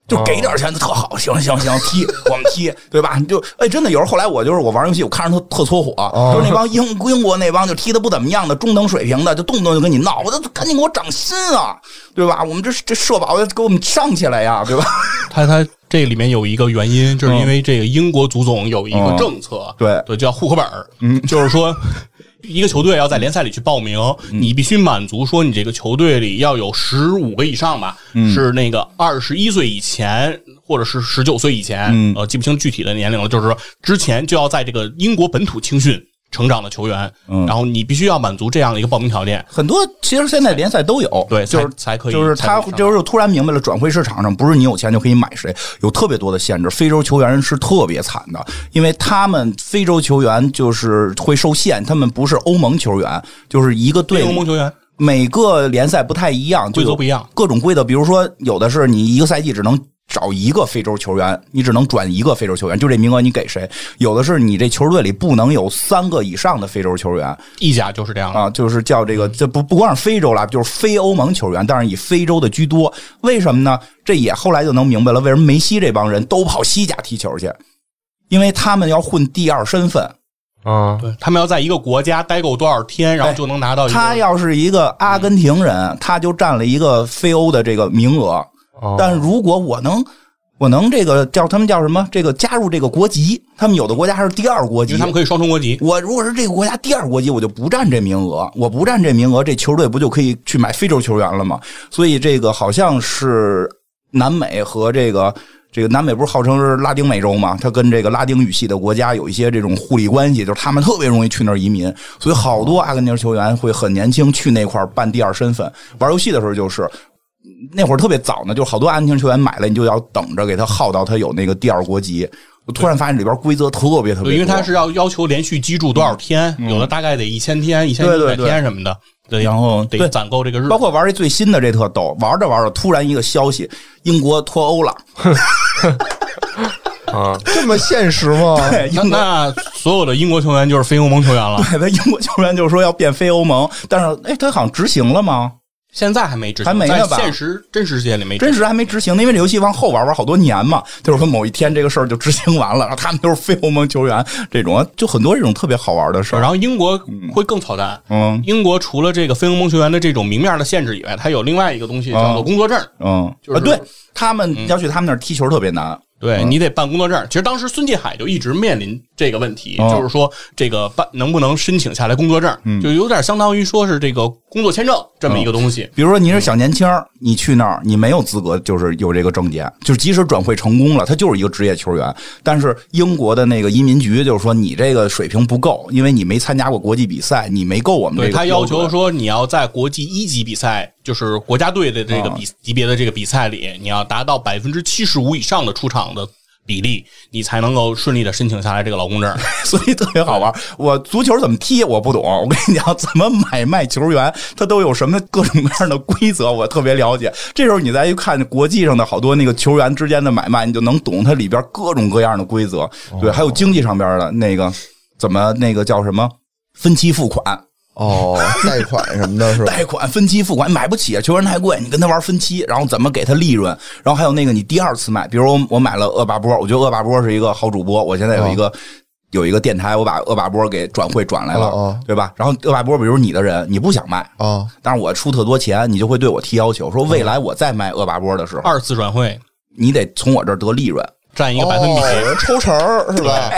A: 就给点钱就特好，行行行， 踢我们踢，对吧？你就哎，真的有时候后来我就是我玩游戏，我看着特特搓火，就是那帮英英国那帮就踢的不怎么样的中等水平的，就动不动就跟你闹，我就赶紧给我涨薪啊，对吧？我们这这社保给我们上起来呀，对吧？
D: 他他这里面有一个原因，就是因为这个英国足总有一个政策，
A: 嗯对
D: 对，叫户口本儿，嗯，就是说。一个球队要在联赛里去报名，
A: 嗯
D: 你必须满足说你这个球队里要有十五个以上吧，
A: 嗯
D: 是那个二十一岁以前或者是十九岁以前，
A: 嗯
D: 呃，记不清具体的年龄了，就是说之前就要在这个英国本土青训成长的球员，
A: 嗯
D: 然后你必须要满足这样的一个报名条件，
A: 很多其实现在联赛都有，
D: 对
A: 就是
D: 才才可以
A: 就是他
D: 才可以上
A: 就是突然明白了，转会市场上不是你有钱就可以买谁，有特别多的限制。非洲球员是特别惨的，因为他们非洲球员就是会受限，他们不是欧盟球员，就是一个队
D: 非欧盟球员。
A: 每个联赛不太一样，就有
D: 规则不一样，
A: 各种规则。比如说，有的是你一个赛季只能找一个非洲球员，你只能转一个非洲球员，就这名额你给谁？有的是你这球队里不能有三个以上的非洲球员，
D: 意甲就是这样的，
A: 啊，就是叫这个，这不不光是非洲啦，就是非欧盟球员，但是以非洲的居多。为什么呢？这也后来就能明白了，为什么梅西这帮人都跑西甲踢球去，因为他们要混第二身份。
B: 嗯，
D: 对他们要在一个国家待够多少天，然后就能拿到一
A: 他
D: 个。
A: 要是一个阿根廷人，他就占了一个非欧的这个名额。
B: 哦
A: 但如果我能，我能这个叫他们叫什么？这个加入这个国籍，他们有的国家还是第二国
D: 因
A: 籍
D: 为他，们可以双重国籍，
A: 我如果是这个国家第二国籍，我就不占这名额，我不占这名额，这球队不就可以去买非洲球员了吗？所以这个好像是南美和这个这个南美不是号称是拉丁美洲嘛，它跟这个拉丁语系的国家有一些这种互利关系，就是他们特别容易去那儿移民，所以好多阿根廷球员会很年轻去那块儿办第二身份。玩游戏的时候就是。那会儿特别早呢，就好多阿根廷球员买了，你就要等着给他耗到他有那个第二国籍。我突然发现里边规则特别特别多，
D: 对，因为他是要要求连续居住多少天，有的大概得一千天、一千
A: 对
D: 一
A: 嗯对
D: 百
A: 对
D: 天什么的，对，
A: 然后对
D: 得攒够这个日
A: 包
D: 子。
A: 括玩这最新的这特逗，玩着玩着突然一个消息，英国脱欧了，
B: 嗯，
C: 这么现实吗？
A: 对，
D: 那
A: 英国。
D: 那所有的英国球员就是非欧盟球 员了，
A: 对他英国球员就说要变非欧盟，但是哎，他好像执行了吗？
D: 现在还没执行，
A: 还没
D: 在
A: 呢吧
D: 现实真实世界里没执
A: 真
D: 行。
A: 实还没执行呢，因为这游戏往后玩玩好多年嘛，就是说某一天这个事儿就执行完了，然后他们都是非欧盟球员，这种就很多这种特别好玩的事
D: 然
A: 儿。
D: 后英国会更操蛋。
A: 嗯
D: 英国除了这个非欧盟球员的这种明面的限制以外，它有另外一个东
A: 哦
D: 西叫做工作证。
A: 嗯，
D: 就是嗯
A: 啊，对他们要去他们那儿踢球特别难，
D: 对你得办工作证。其实当时孙继海就一直面临这个问题，
A: 哦嗯
D: 就是说这个办能不能申请下来工作证，就有点相当于说是这个工作签证这么一个东西。
A: 比如说你是小年轻儿，你去那儿你没有资格，就是有这个证件，就是即使转会成功了，他就是一个职业球员。但是英国的那个移民局就是说你这个水平不够，因为你没参加过国际比赛，你没够我们这
D: 对
A: 个
D: 他要求
A: 标准
D: 说，你要在国际一级比赛，就是国家队的这个比
A: 哦
D: 级别的这个比赛里，你要达到百分之七十五以上的出场的比例，你才能够顺利的申请下来这个劳工证。
A: 所以特别好玩。我足球怎么踢我不懂，我跟你讲 怎么买卖球员，它都有什么各种各样的规则，我特别了解。这时候你再一看国际上的好多那个球员之间的买卖，你就能懂它里边各种各样的规则。对，还有经济上边的那个怎么那个叫什么分期付款。
C: 哦，贷款什么的是吧？
A: 贷款分期付款买不起，啊球员太贵，你跟他玩分期，然后怎么给他利润？然后还有那个你第二次买，比如我我买了恶霸波，我觉得恶霸波是一个好主播，我现在有一个。有一个电台，我把恶霸波给转会转来了，
C: 啊哦哦
A: 对吧？然后恶霸波，比如你的人，你不想卖，
C: 啊，
A: 但是我出特多钱，你就会对我提要求，说未来我再卖恶霸波的时
C: 哦
A: 候，
D: 二次转会
A: 你得从我这儿得利润。
D: 占一个百分比，
C: 哦抽成儿是吧？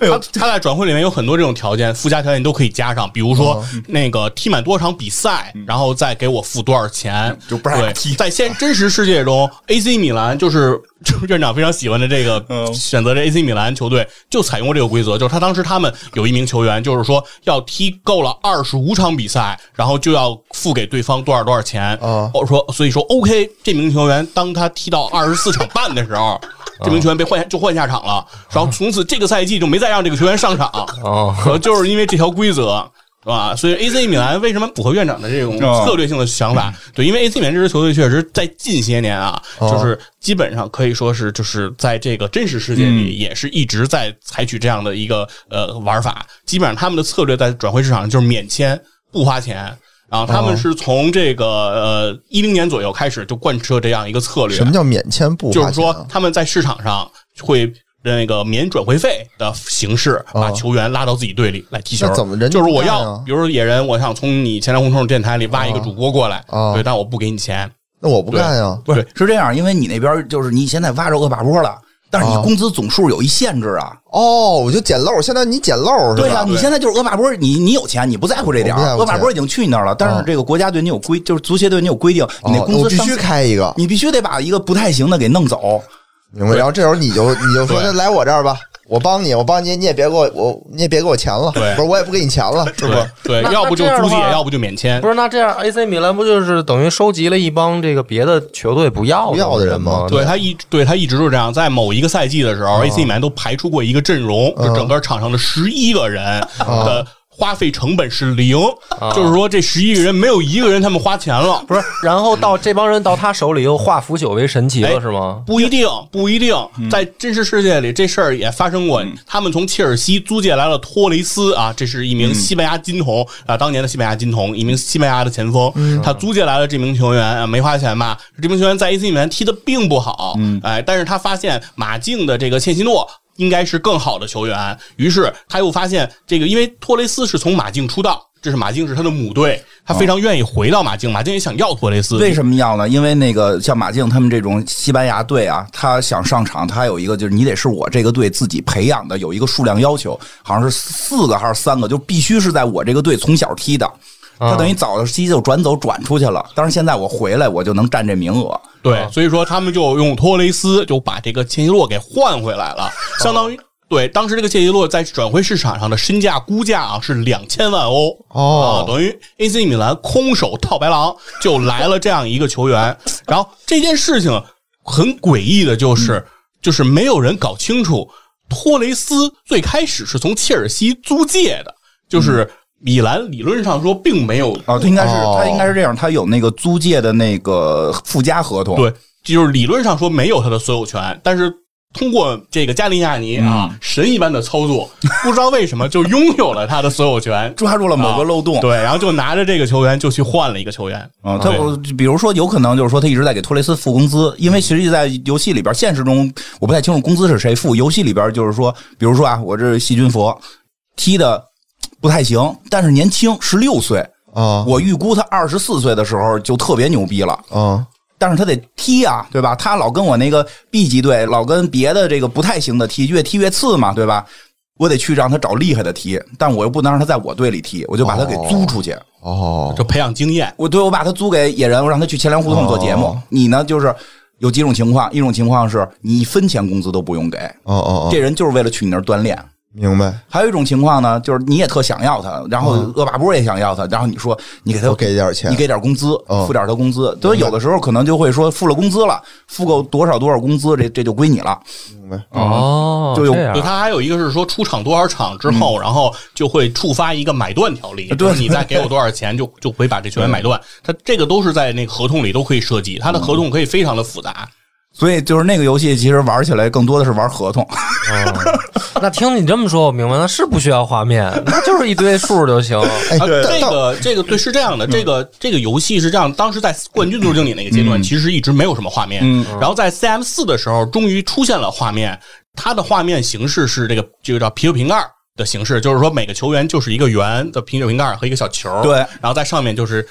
D: 他他在转会里面有很多这种条件，附加条件你都可以加上，比如说
A: 嗯
D: 那个踢满多场比赛，然后再给我付多少钱，
A: 嗯就不让
D: 对
A: 踢
D: 在现真实世界中，AC 米兰就是就是院长非常喜欢的这个
A: 嗯
D: 选择的 AC 米兰球队就采用过这个规则，就是他当时他们有一名球员，就是说要踢够了二十五场比赛，然后就要付给对方多少多少钱。
C: 啊
D: 我哦说，所以说 OK，这名球员当他踢到二十四场半的时候，这名球员被换就换下场了，然后从此这个赛季就没再让这个球员上场，
B: 哦，
D: 呃 就是因为这条规则。是吧？所以 AC 米兰为什么符合院长的这种
A: 哦
D: 策略性的想法？对，因为 AC 米兰这支球队确实在近些年啊，
C: 哦
D: 就是基本上可以说是就是在这个真实世界
C: 嗯
D: 里也是一直在采取这样的一个呃玩法。基本上他们的策略在转会市场上就是免签，不花钱。然后他
C: 哦
D: 们是从这个呃一零年左右开始就贯彻这样一个策略。
C: 什么叫免签不花钱
D: 就
C: 啊？
D: 是说他们在市场上会。那个免转会费的形式，把球员拉到自己队里来踢球。
C: 那怎么人家
D: 就是我
C: 干
D: 要
C: 啊，
D: 比如说野人，我想从你前南红冲电台里挖一个主播过来，
C: 啊
D: 对，但我不给你钱，
C: 那我不干啊呀，
A: 不是
D: 对
A: 是这样，因为你那边就是你现在挖着恶霸波了，但是你
C: 啊
A: 工资总数有一限制啊。
C: 哦，我就捡漏，现在你捡漏是
A: 对啊
C: 吧？
A: 呀、你现在就是恶霸波，你你有钱，你不在乎这点
C: 我不在
A: 儿。
C: 乎
A: 恶霸波已经去你那儿了，但是这个国家对你有规，就是足协对你有规定，你那
C: 哦
A: 工
C: 我
A: 资
C: 必
A: 上
C: 须
A: 限，
C: 开一个，
A: 你必须得把一个不太行的给弄走。
C: 明白？然后这时候你就你就说
D: 对
C: 那来我这儿吧，我帮你，我帮你，你也别给我我你也别给我钱了，不
D: 对
C: 是我也不给你钱了，是不是？
D: 对，
B: 那
D: 要不就
B: 那这样
D: 租
B: 的
D: 借，
B: 话
D: 要不就免签
B: 不。是，那这样 AC 米兰不就是等于收集了一帮这个别的球队不要
C: 不要的人吗
B: 吗？
D: 对他一对他一直就是这样，在某一个赛季的时候，AC 米兰都排出过一个阵容，就整个场上的十一个人的花费成本是零，就是说这十一个人没有一个人他们花钱了，
B: 不是，然后到这帮人到他手里又化腐朽为神奇
D: 哎
B: 了，是吗？
D: 不一定，不一定，在真实世界里这事儿也发生过。他们从切尔西租借来了托雷斯啊，这是一名西班牙金童啊，当年的西班牙金童，一名西班牙的前锋。他租借来了这名球员，啊没花钱吧？这名球员在 AC 米兰踢的并不好，哎，但是他发现马竞的这个切西诺。应该是更好的球员，于是他又发现这个，因为托雷斯是从马竞出道，这是马竞是他的母队，他非常愿意回到马竞，马竞也想要托雷斯，
A: 为什么要呢？因为那个像马竞他们这种西班牙队啊，他想上场，他有一个就是你得是我这个队自己培养的，有一个数量要求，好像是四个还是三个，就必须是在我这个队从小踢的。
C: 啊
A: 他等于早期就转走转出去了，但是现在我回来，我就能占这名额。
D: 对，所以说他们就用托雷斯就把这个切西洛给换回来了，相当于对当时这个切西洛在转会市场上的身价估价啊是两千万欧
C: 哦
D: 啊，等于 AC 米兰空手套白狼就来了这样一个球员，然后这件事情很诡异的就是、就是没有人搞清楚托雷斯最开始是从切尔西租借的，就是米兰理论上说并没有
A: 啊，他应该是、
C: 哦
A: 他应该是这样，他有那个租借的那个附加合同。。
D: 对，就是理论上说没有他的所有权，但是通过这个加利亚尼啊、神一般的操作，不知道为什么就拥有了他的所有权
A: 抓住了某个漏洞，
D: 啊对，然后就拿着这个球员就去换了一个球员，
A: 啊，他
D: 对
A: 我比如说有可能就是说他一直在给托雷斯付工资，因为实际在游戏里边，现实中我不太清楚工资是谁付。游戏里边就是说，比如说啊，我这细菌佛踢的不太行，但是年轻十六岁，
C: 啊
A: 我预估他二十四岁的时候就特别牛逼了。
C: 啊
A: 但是他得踢啊，对吧？他老跟我那个 B 级队，老跟别的这个不太行的踢，越踢越次嘛，对吧？我得去让他找厉害的踢，但我又不能让他在我队里踢，我就把他给租出去。
C: 哦
D: 就培养经验。
A: 我对我把他租给野人，我让他去钱粮胡同做节目。
C: 哦
A: 你呢，就是有几种情况，一种情况是你一分钱工资都不用给，
C: 哦哦
A: 这
C: 哦，
A: 人就是为了去你那儿锻炼。
C: 明白。
A: 还有一种情况呢，就是你也特想要他，然后恶霸波也想要他，然后你说你给他
C: 哦我给点钱
A: 你给点工资，
C: 嗯
A: 付点他工资。所以有的时候可能就会说付了工资了，付够多少多少工资，这这就归你了。
B: 哦，
A: 嗯就有
B: 这样
D: 对，他还有一个是说出场多少场之后，然后就会触发一个买断条例，
A: 对
D: 就是你再给我多少钱，就就会把这球员买断。他这个都是在那个合同里都可以涉及，他的合同可以非常的复杂。
A: 所以就是那个游戏，其实玩起来更多的是玩合同。
B: 哦那听你这么说，我明白了，是不需要画面，那就是一堆数就 行。
C: 哎，
D: 啊，
C: 但
D: 这
C: 但嗯
D: 个这个对是这样的，这个这个游戏是这样，当时在冠军足球经理那个阶段，嗯其实一直没有什么画面，
C: 嗯
D: 然后在 CM 四的时候，终于出现了画面，它的画面形式是这个这个叫啤酒瓶盖。的形式就是说，每个球员就是一个圆的啤酒瓶盖和一个小球，
A: 对
D: 然后在上面就是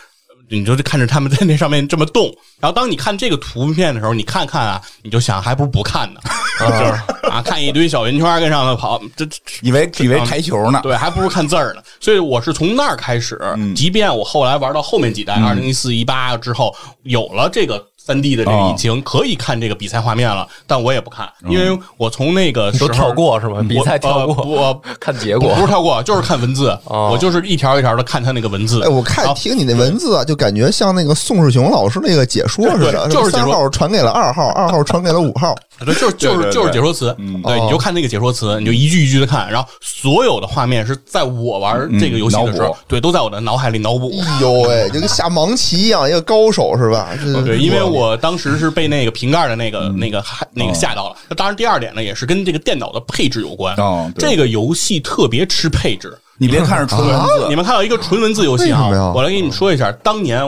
D: 你就看着他们在那上面这么动。然后当你看这个图片的时候，你看看啊，你就想还不如不看 呢，就是啊，看一堆小圆圈跟上头跑，这这
A: 以为以为台球
C: 啊
A: 呢，
D: 对，还不如看字儿呢。所以我是从那儿开始，即便我后来玩到后面几代，二零一四、一八之后，有了这个三 D 的这个引擎，可以看这个比赛画面了，但我也不看，因为我从那个时
B: 都
D: 候
B: 跳过是
A: 嗯
B: 吗？比赛跳过，
D: 我呃不呃
B: 看 结
D: 不
B: 果
D: 不是跳过，就是看文字，
B: 哦
D: 我就是一条一条的看他那个文字。
C: 哎，我看听你那文字啊，就感觉像那个宋世雄老师那个解说似的，
D: 对就是解
C: 三
D: 说
C: 号传给了二号，二号传给了五号。
D: 对，就是就
A: 对对
D: 是就是解说词，对，
C: 哦
D: 你就看那个解说词，你就一句一句的看，然后所有的画面是在我玩这个游戏的
A: 嗯
D: 时
A: 脑
D: 候
A: 补，
D: 对，都在我的脑海里脑补。
C: 哎呦喂，就跟下盲棋一样，一个高手是吧？这
D: 哦对，因为我当时是被那个瓶盖的那个、那个、嗨那
C: 嗯
D: 个吓到了。那当然，第二点呢，也是跟这个电脑的配置有关。
A: 哦对
D: 这个游戏特别吃配置，
A: 你别看是
C: 啊
A: 纯文字，
D: 你们看到一个纯文字游戏
C: 呃为
D: 啊
C: 什么呀，
D: 我来给你们说一下，当年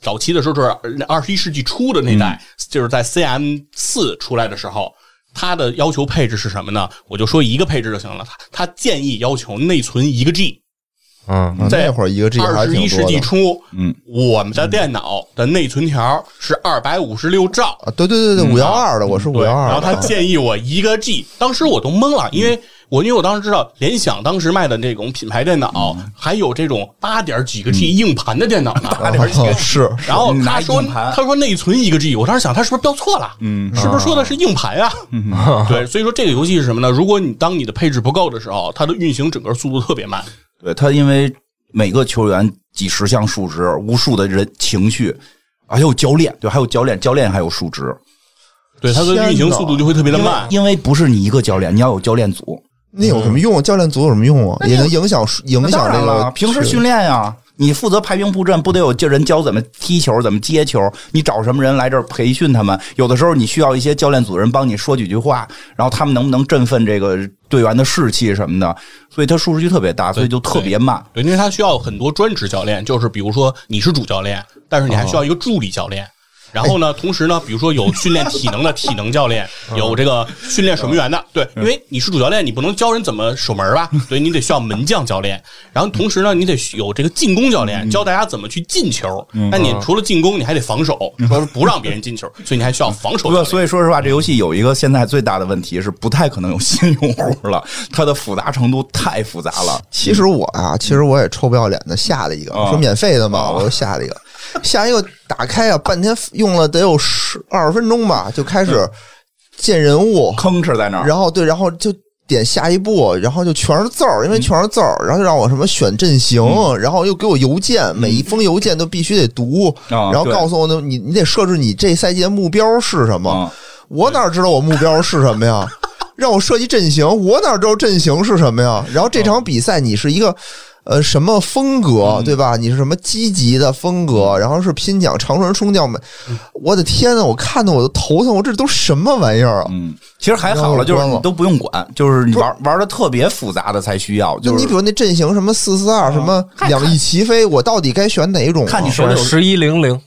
D: 早期的时候就是二十一世纪初的那
C: 嗯
D: 代，就是在 CM 四出来的时候。它的要求配置是什么呢？我就说一个配置就行了。它它建议要求内存一个 G，
B: 嗯，
C: 啊那会儿一个 G 还
D: 二
C: 挺
D: 十
C: 多的
D: 一世纪初，
A: 嗯，
D: 我们的电脑的内存条是二百五十六兆，
C: 啊，对对对对，五幺二的，我是五
D: 嗯对，
A: 啊
C: 幺二。
D: 然后他建议我一个 G，当时我都懵
A: 嗯
D: 了，因为我因为我当时知道联想当时卖的这种品牌电脑，
A: 嗯
D: 还有这种八点几个 G 硬盘的电脑呢。
A: 那里嗯边几个 嗯
C: 是
D: 然后他说
A: 拿硬盘
D: 他说内存一个 G，我当时想他是不是标错了？
A: 嗯，
D: 是不是说的是硬盘啊？对，所以说这个游戏是什么呢？如果你当你的配置不够的时候，它的运行整个速度特别慢。
A: 对他，因为每个球员几十项数值，无数的人情绪，还有教练，对，还有教练，教练还有数值，
D: 对，它的运行速度就会特别的
A: 因为
D: 慢。
A: 因为不是你一个教练，你要有教练组，
C: 那有什么
D: 嗯
C: 用？教练组有什么用啊？也能影响影响这
A: 那当然
C: 个
A: 了平时训练呀、你负责排兵布阵，不得有这人教怎么踢球，怎么接球？你找什么人来这儿培训他们？有的时候你需要一些教练组人帮你说几句话，然后他们能不能振奋这个队员的士气什么的？所以他数值区特别大，所以就特别慢。
D: 对，因为它需要很多专职教练，就是比如说你是主教练，但是你还需要一个助理教练。然后呢，同时呢，比如说有训练体能的体能教练，有这个训练守门员的，对，因为你是主教练，你不能教人怎么守门吧，所以你得需要门将教练。然后同时呢，你得有这个进攻教练，教大家怎么去进球。
A: 嗯
D: 那你除了进攻，你还得防守，说是不让别人进球，所以你还需要防守
A: 不
D: 教
A: 过，
D: 练。
A: 所以说实话，这游戏有一个现在最大的问题是不太可能有新用户了，它的复杂程度太复杂了。
C: 其实我啊，其实我也臭不要脸的下了一个，
A: 嗯啊
C: 说免费的嘛，
A: 啊
C: 我就下了一个，下一个打开啊，半天用了得有十二十分钟吧，就开
A: 嗯
C: 始见人物，
A: 吭哧在那儿，
C: 然后对，然后就点下一步，然后就全是字儿，
A: 嗯
C: 因为全是字儿，然后就让我什么选阵型，然后又给我邮件，每一封邮件都必须得读，
A: 嗯啊
C: 然后
A: 对
C: 告诉我呢你你得设置你这赛季的目标是什么，
A: 啊
C: 我哪知道我目标是什么 呀？让我设计阵型，我哪知道阵型是什么呀？然后这
A: 哦
C: 场比赛你是一个呃什么风
A: 嗯
C: 格，对吧？你是什么积极的风格？然后是拼抢、长传、冲吊门。
A: 嗯
C: 我的天呐，我看的我都头疼，我这都什么玩意儿啊？
A: 嗯，其实还好了，就是你都不用管，就是你玩玩的特别复杂的才需要，就
C: 就
A: 是哦
C: 你比如那阵型什么四四二什么两翼齐飞，我到底该选哪一种啊？
A: 看你手里
B: 是
A: 有
B: 十一零零，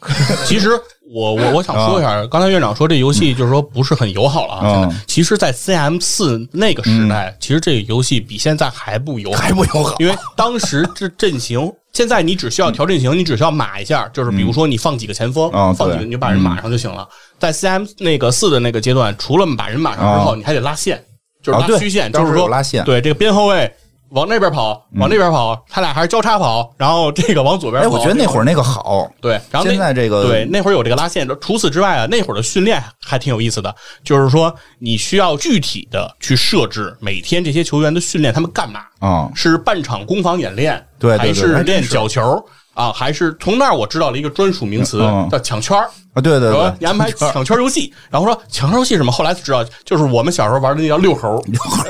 D: 其实我我我想说一
A: 啊
D: 下，刚才院长说这游戏就是说不是很友好了啊。
A: 嗯
D: 现在其实，在 CM 四那个时代，其实这个游戏比现在还不友好
A: 还，不友好。
D: 因为当时这阵型，现在你只需要调阵型，你只需要码一下，就是比如说你放几个前锋
A: 嗯哦，
D: 放几个
A: 嗯对
D: 你就把人码上就行了。在 CM 那个四的那个阶段，除了把人码上之后，
A: 哦
D: 你还得拉线，就是
A: 啊
D: 拉
A: 对
D: 虚线，
A: 当
D: 就
A: 时
D: 是
A: 有
D: 说
A: 拉线嗯
D: 对这个边后卫。往那边跑，往那边跑，他俩还是交叉跑，然后这个往左边
A: 哎，
D: 跑。
A: 我觉得那会儿那个好，
D: 对，然后那
A: 现在这个
D: 对那会儿有这个拉线，除此之外啊，那会儿的训练还挺有意思的，就是说你需要具体的去设置每天这些球员的训练，他们干嘛？
A: 啊，
D: 是半场攻防演练，
A: 对对对
D: 还
A: 还
D: 是
A: 真
D: 练
A: 是
D: 角球啊？还是从那儿我知道了一个专属名词
A: 嗯
D: 叫抢圈儿。
A: 啊，对对
D: 然
A: 对
D: 后，你安排抢圈游戏，然后说抢圈游戏是什么？后来知道，就是我们小时候玩的那叫遛猴，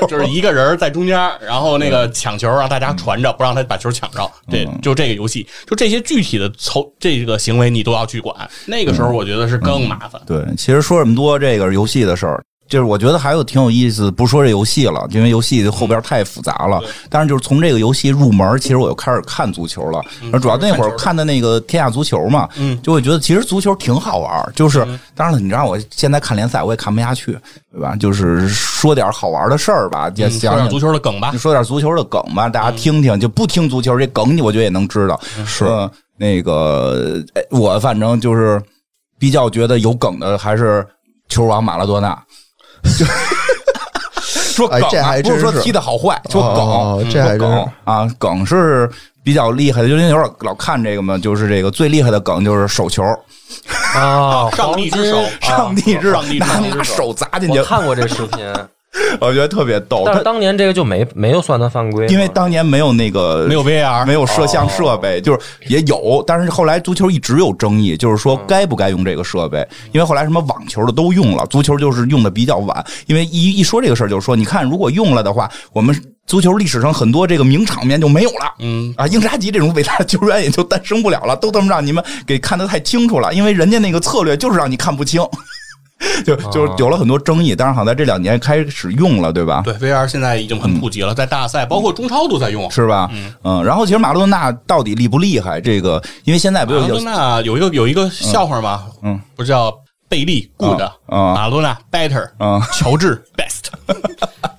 D: 就是一个人在中间，然后那个抢球啊让大家传着，不让他把球抢着。
A: 嗯
D: 对，就这个游戏，就这些具体的操这个行为你都要去管。那个时候我觉得是更麻烦。
A: 对，其实说这么多这个游戏的事儿，就是我觉得还有挺有意思，不说这游戏了，因为游戏后
D: 嗯
A: 边太复杂了。但是就是从这个游戏入门，其实我就开始看足球了。
D: 嗯
A: 而主要那会儿看的那个《天下足球》嘛，就会觉得其实足球挺好玩儿。就是
D: 嗯
A: 当然了，你让我现在看联赛，我也看不下去，对吧？就是说点好玩的事儿吧，也
D: 嗯说
A: 想
D: 点
A: 想
D: 足球的梗吧
A: 你，说点足球的梗吧，大家听听，就不听足球这梗，你我觉得也能知道是。嗯那个哎我反正就是比较觉得有梗的还是球王马拉多纳，就说梗、啊
C: 哎这还
A: 不是
C: 真
A: 说
C: 是
A: 踢的好坏，说梗。
C: 哦这还
A: 说
C: 真是
A: 梗啊，梗是比较厉害的，就因为有点老看这个嘛，就是这个最厉害的梗就是手球，
B: 啊，
D: 上帝之手
B: 黄金
A: 上帝
D: 啊
A: 之
D: 上帝之
A: 拿
D: 手
A: 拿手砸进去
B: 我，看过这视频，
A: 我觉得特别逗。
B: 但是
A: 他
B: 当年这个就没没有算他犯规，
A: 因为当年没有那个
D: 没有 VR，
A: 没有摄像设备，就是也有，但是后来足球一直有争议，就是说该不该用这个设备，因为后来什么网球的都用了，足球就是用的比较晚，因为一一说这个事儿，就是说你看，如果用了的话，我们足球历史上很多这个名场面就没有了，
D: 嗯，
A: 啊，英扎吉这种伟大的球员也就诞生不了了，都他妈让你们给看得太清楚了，因为人家那个策略就是让你看不清。 就就是有了很多争议，但是好在这两年开始用了，对吧？
D: 对，VR 现在已经很普及
A: 嗯
D: 了，在大赛包括中超都在用。
A: 是吧？嗯，然后其实马拉多纳到底厉不厉害？这个，因为现在不有
D: 马拉
A: 有
D: 多纳啊有一个有一个笑话嘛，
A: 嗯，
D: 不是叫贝利 good，
A: 嗯
D: 马拉多纳 better，
A: 嗯
D: 乔 治 best，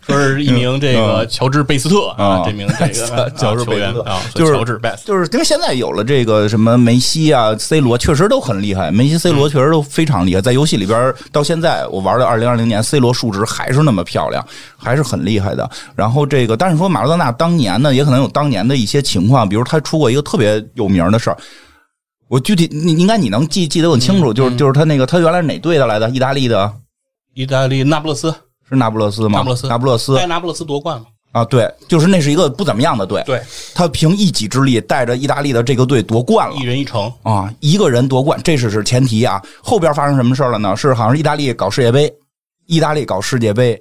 D: 说是一名这个乔治贝斯特啊
A: 嗯，
D: 这名这个
A: 乔治
D: 啊球
A: 贝斯
D: 员
A: 特
D: 啊，
A: 就是
D: 乔治 best，
A: 就是因为现在有了这个什么梅西啊、C 罗，确实都很厉害。梅西、C
D: 嗯
A: 罗确实都非常厉害，在游戏里边到现在，我玩到二零二零年，C 罗数值还是那么漂亮，还是很厉害的。然后这个，但是说马拉多纳当年呢，也可能有当年的一些情况，比如他出过一个特别有名的事儿。我具体你应该你能记记得很清
D: 嗯
A: 楚，就是就是他那个他原来是哪队的来的？意大利的
D: 意大利那不勒斯，
A: 是那不勒斯吗？
D: 那不勒斯
A: 那不勒斯
D: 带那不勒斯夺冠嘛？
A: 啊，对，就是那是一个不怎么样的队，
D: 对，
A: 他凭一己之力带着意大利的这个队夺冠了
D: 一。人一城，
A: 啊，一个人夺冠，这只是前提啊。后边发生什么事儿了呢？是好像是意大利搞世界杯，意大利搞世界杯，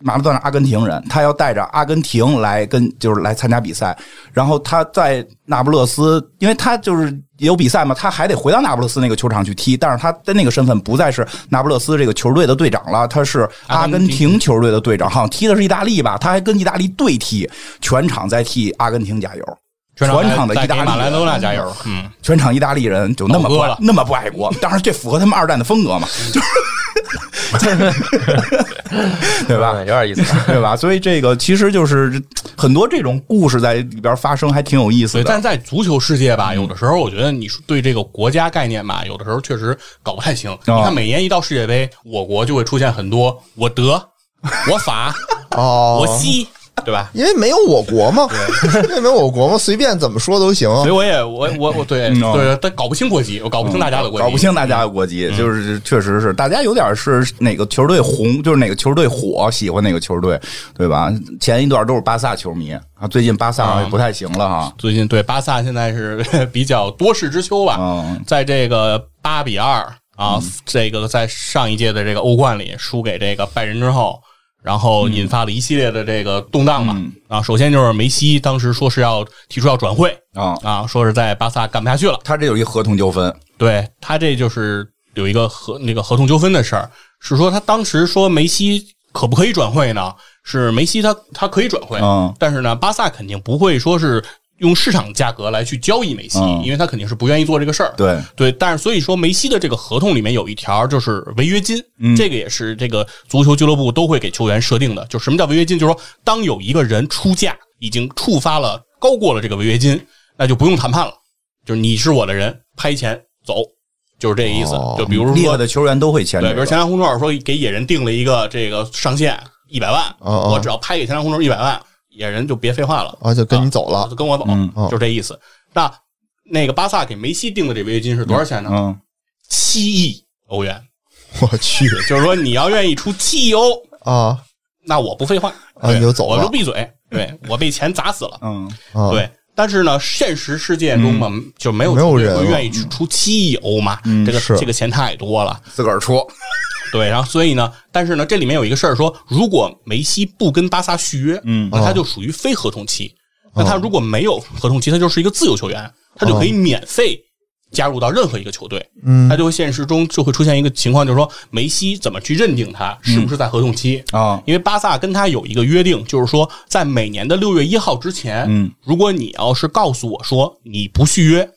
A: 马拉多纳阿根廷人，他要带着阿根廷来跟就是来参加比赛，然后他在那不勒斯，因为他就是也有比赛嘛，他还得回到那不勒斯那个球场去踢，但是他的那个身份不再是那不勒斯这个球队的队长了，他是阿根廷球队的队长，好像踢的是意大利吧，他还跟意大利对踢，全场在替阿根廷加油。全场的
D: 在
A: 意大
D: 给
A: 利
D: 马拉
A: 人
D: 多纳加油，嗯。
A: 全场意大利人就那么不
D: 倒戈
A: 爱
D: 了
A: 那么不爱国， 当然这符合他们二战的风格嘛，就是，对吧？
B: 嗯有点意思。
A: 对吧？所以这个其实就是很多这种故事在里边发生，还挺有意思
D: 对，
A: 的。嗯
D: 但在足球世界吧，有的时候我觉得你说对这个国家概念吧，有的时候确实搞不太清。
A: 啊
D: 你看每年一到世界杯，我国就会出现很多我德、我法、
C: 哦
D: 我，西，对吧？
C: 因为没有我国嘛，因为没有我国嘛，随便怎么说都行。
A: 哦
D: 所以我也我我我对
A: 嗯哦
D: 对，但搞不清国籍，我搞不清大家的国
A: 嗯
D: 籍，嗯
A: 搞不清大家的国籍，就是确实是大家有点是哪个球队红，就是哪个球队火，喜欢哪个球队，对吧？前一段都是巴萨球迷啊，最近巴萨好像也不太行了哈。
D: 最近对巴萨现在是 比较多事之秋吧，
A: 嗯
D: 在这个八比二啊，这个在上一届的这个欧冠里输给这个拜仁之后，然后引发了一系列的这个动荡吧。
A: 嗯
D: 啊，首先就是梅西当时说是要提出要转会
A: 啊，
D: 啊，说是在巴萨干不下去了，
A: 他这有一合同纠纷，
D: 对他这就是有一个合那个合同纠纷的事儿，是说他当时说梅西可不可以转会呢？是梅西他他可以转会，
A: 嗯
D: 但是呢，巴萨肯定不会说是用市场价格来去交易梅西，
A: 嗯
D: 因为他肯定是不愿意做这个事儿。
A: 对，
D: 对，但是所以说梅西的这个合同里面有一条就是违约金，
C: 嗯
D: 这个也是这个足球俱乐部都会给球员设定的。就什么叫违约金？就是说当有一个人出价已经触发了高过了这个违约金，那就不用谈判了，就是你是我的人，拍钱走，就是这个意思。
C: 哦
D: 就比如
A: 厉害
D: 说
A: 的球员都会签这
D: 对，比如
A: 个。
D: 前田红诺尔说给野人定了一个这个上限一百万，
C: 哦哦
D: 我只要拍给前田红诺尔一百万，野人就别废话了，
C: 啊，就跟你走
D: 啊
C: 了
D: 就跟我走，
A: 嗯
C: 哦
D: 就这意思。那那个巴萨给梅西定的这违约金是多少钱呢？
A: 嗯，
D: 七亿欧元。
C: 我去
D: 就是说你要愿意出七亿欧，
C: 啊
D: 那我不废话，
C: 啊
D: 对
C: 你就走了
D: 我就闭嘴， 对我被钱砸死了，
A: 嗯，
C: 啊！
D: 对。但是呢，现实世界中嘛，就没有
C: 嗯没有
D: 球队
C: 人
D: 会
C: 了嗯
D: 愿意去出七亿欧嘛，这个
C: 是
D: 这个钱太多了，
A: 自个儿出，
D: 对。然后所以呢，但是呢，这里面有一个事儿说，如果梅西不跟巴萨续约，
A: 嗯哦
D: 那他
C: 哦
D: 就属于非合同期。那他如果没有合同期，他就是一个自由球员，他就可以免费加入到任何一个球队。
C: 嗯
D: 他就会现实中就会出现一个情况，就是说梅西怎么去认定他
A: 嗯
D: 是不是在合同期
A: 啊
D: 因为巴萨跟他有一个约定，就是说在每年的六月一号之前，
A: 嗯，
D: 如果你要是告诉我说你不续约，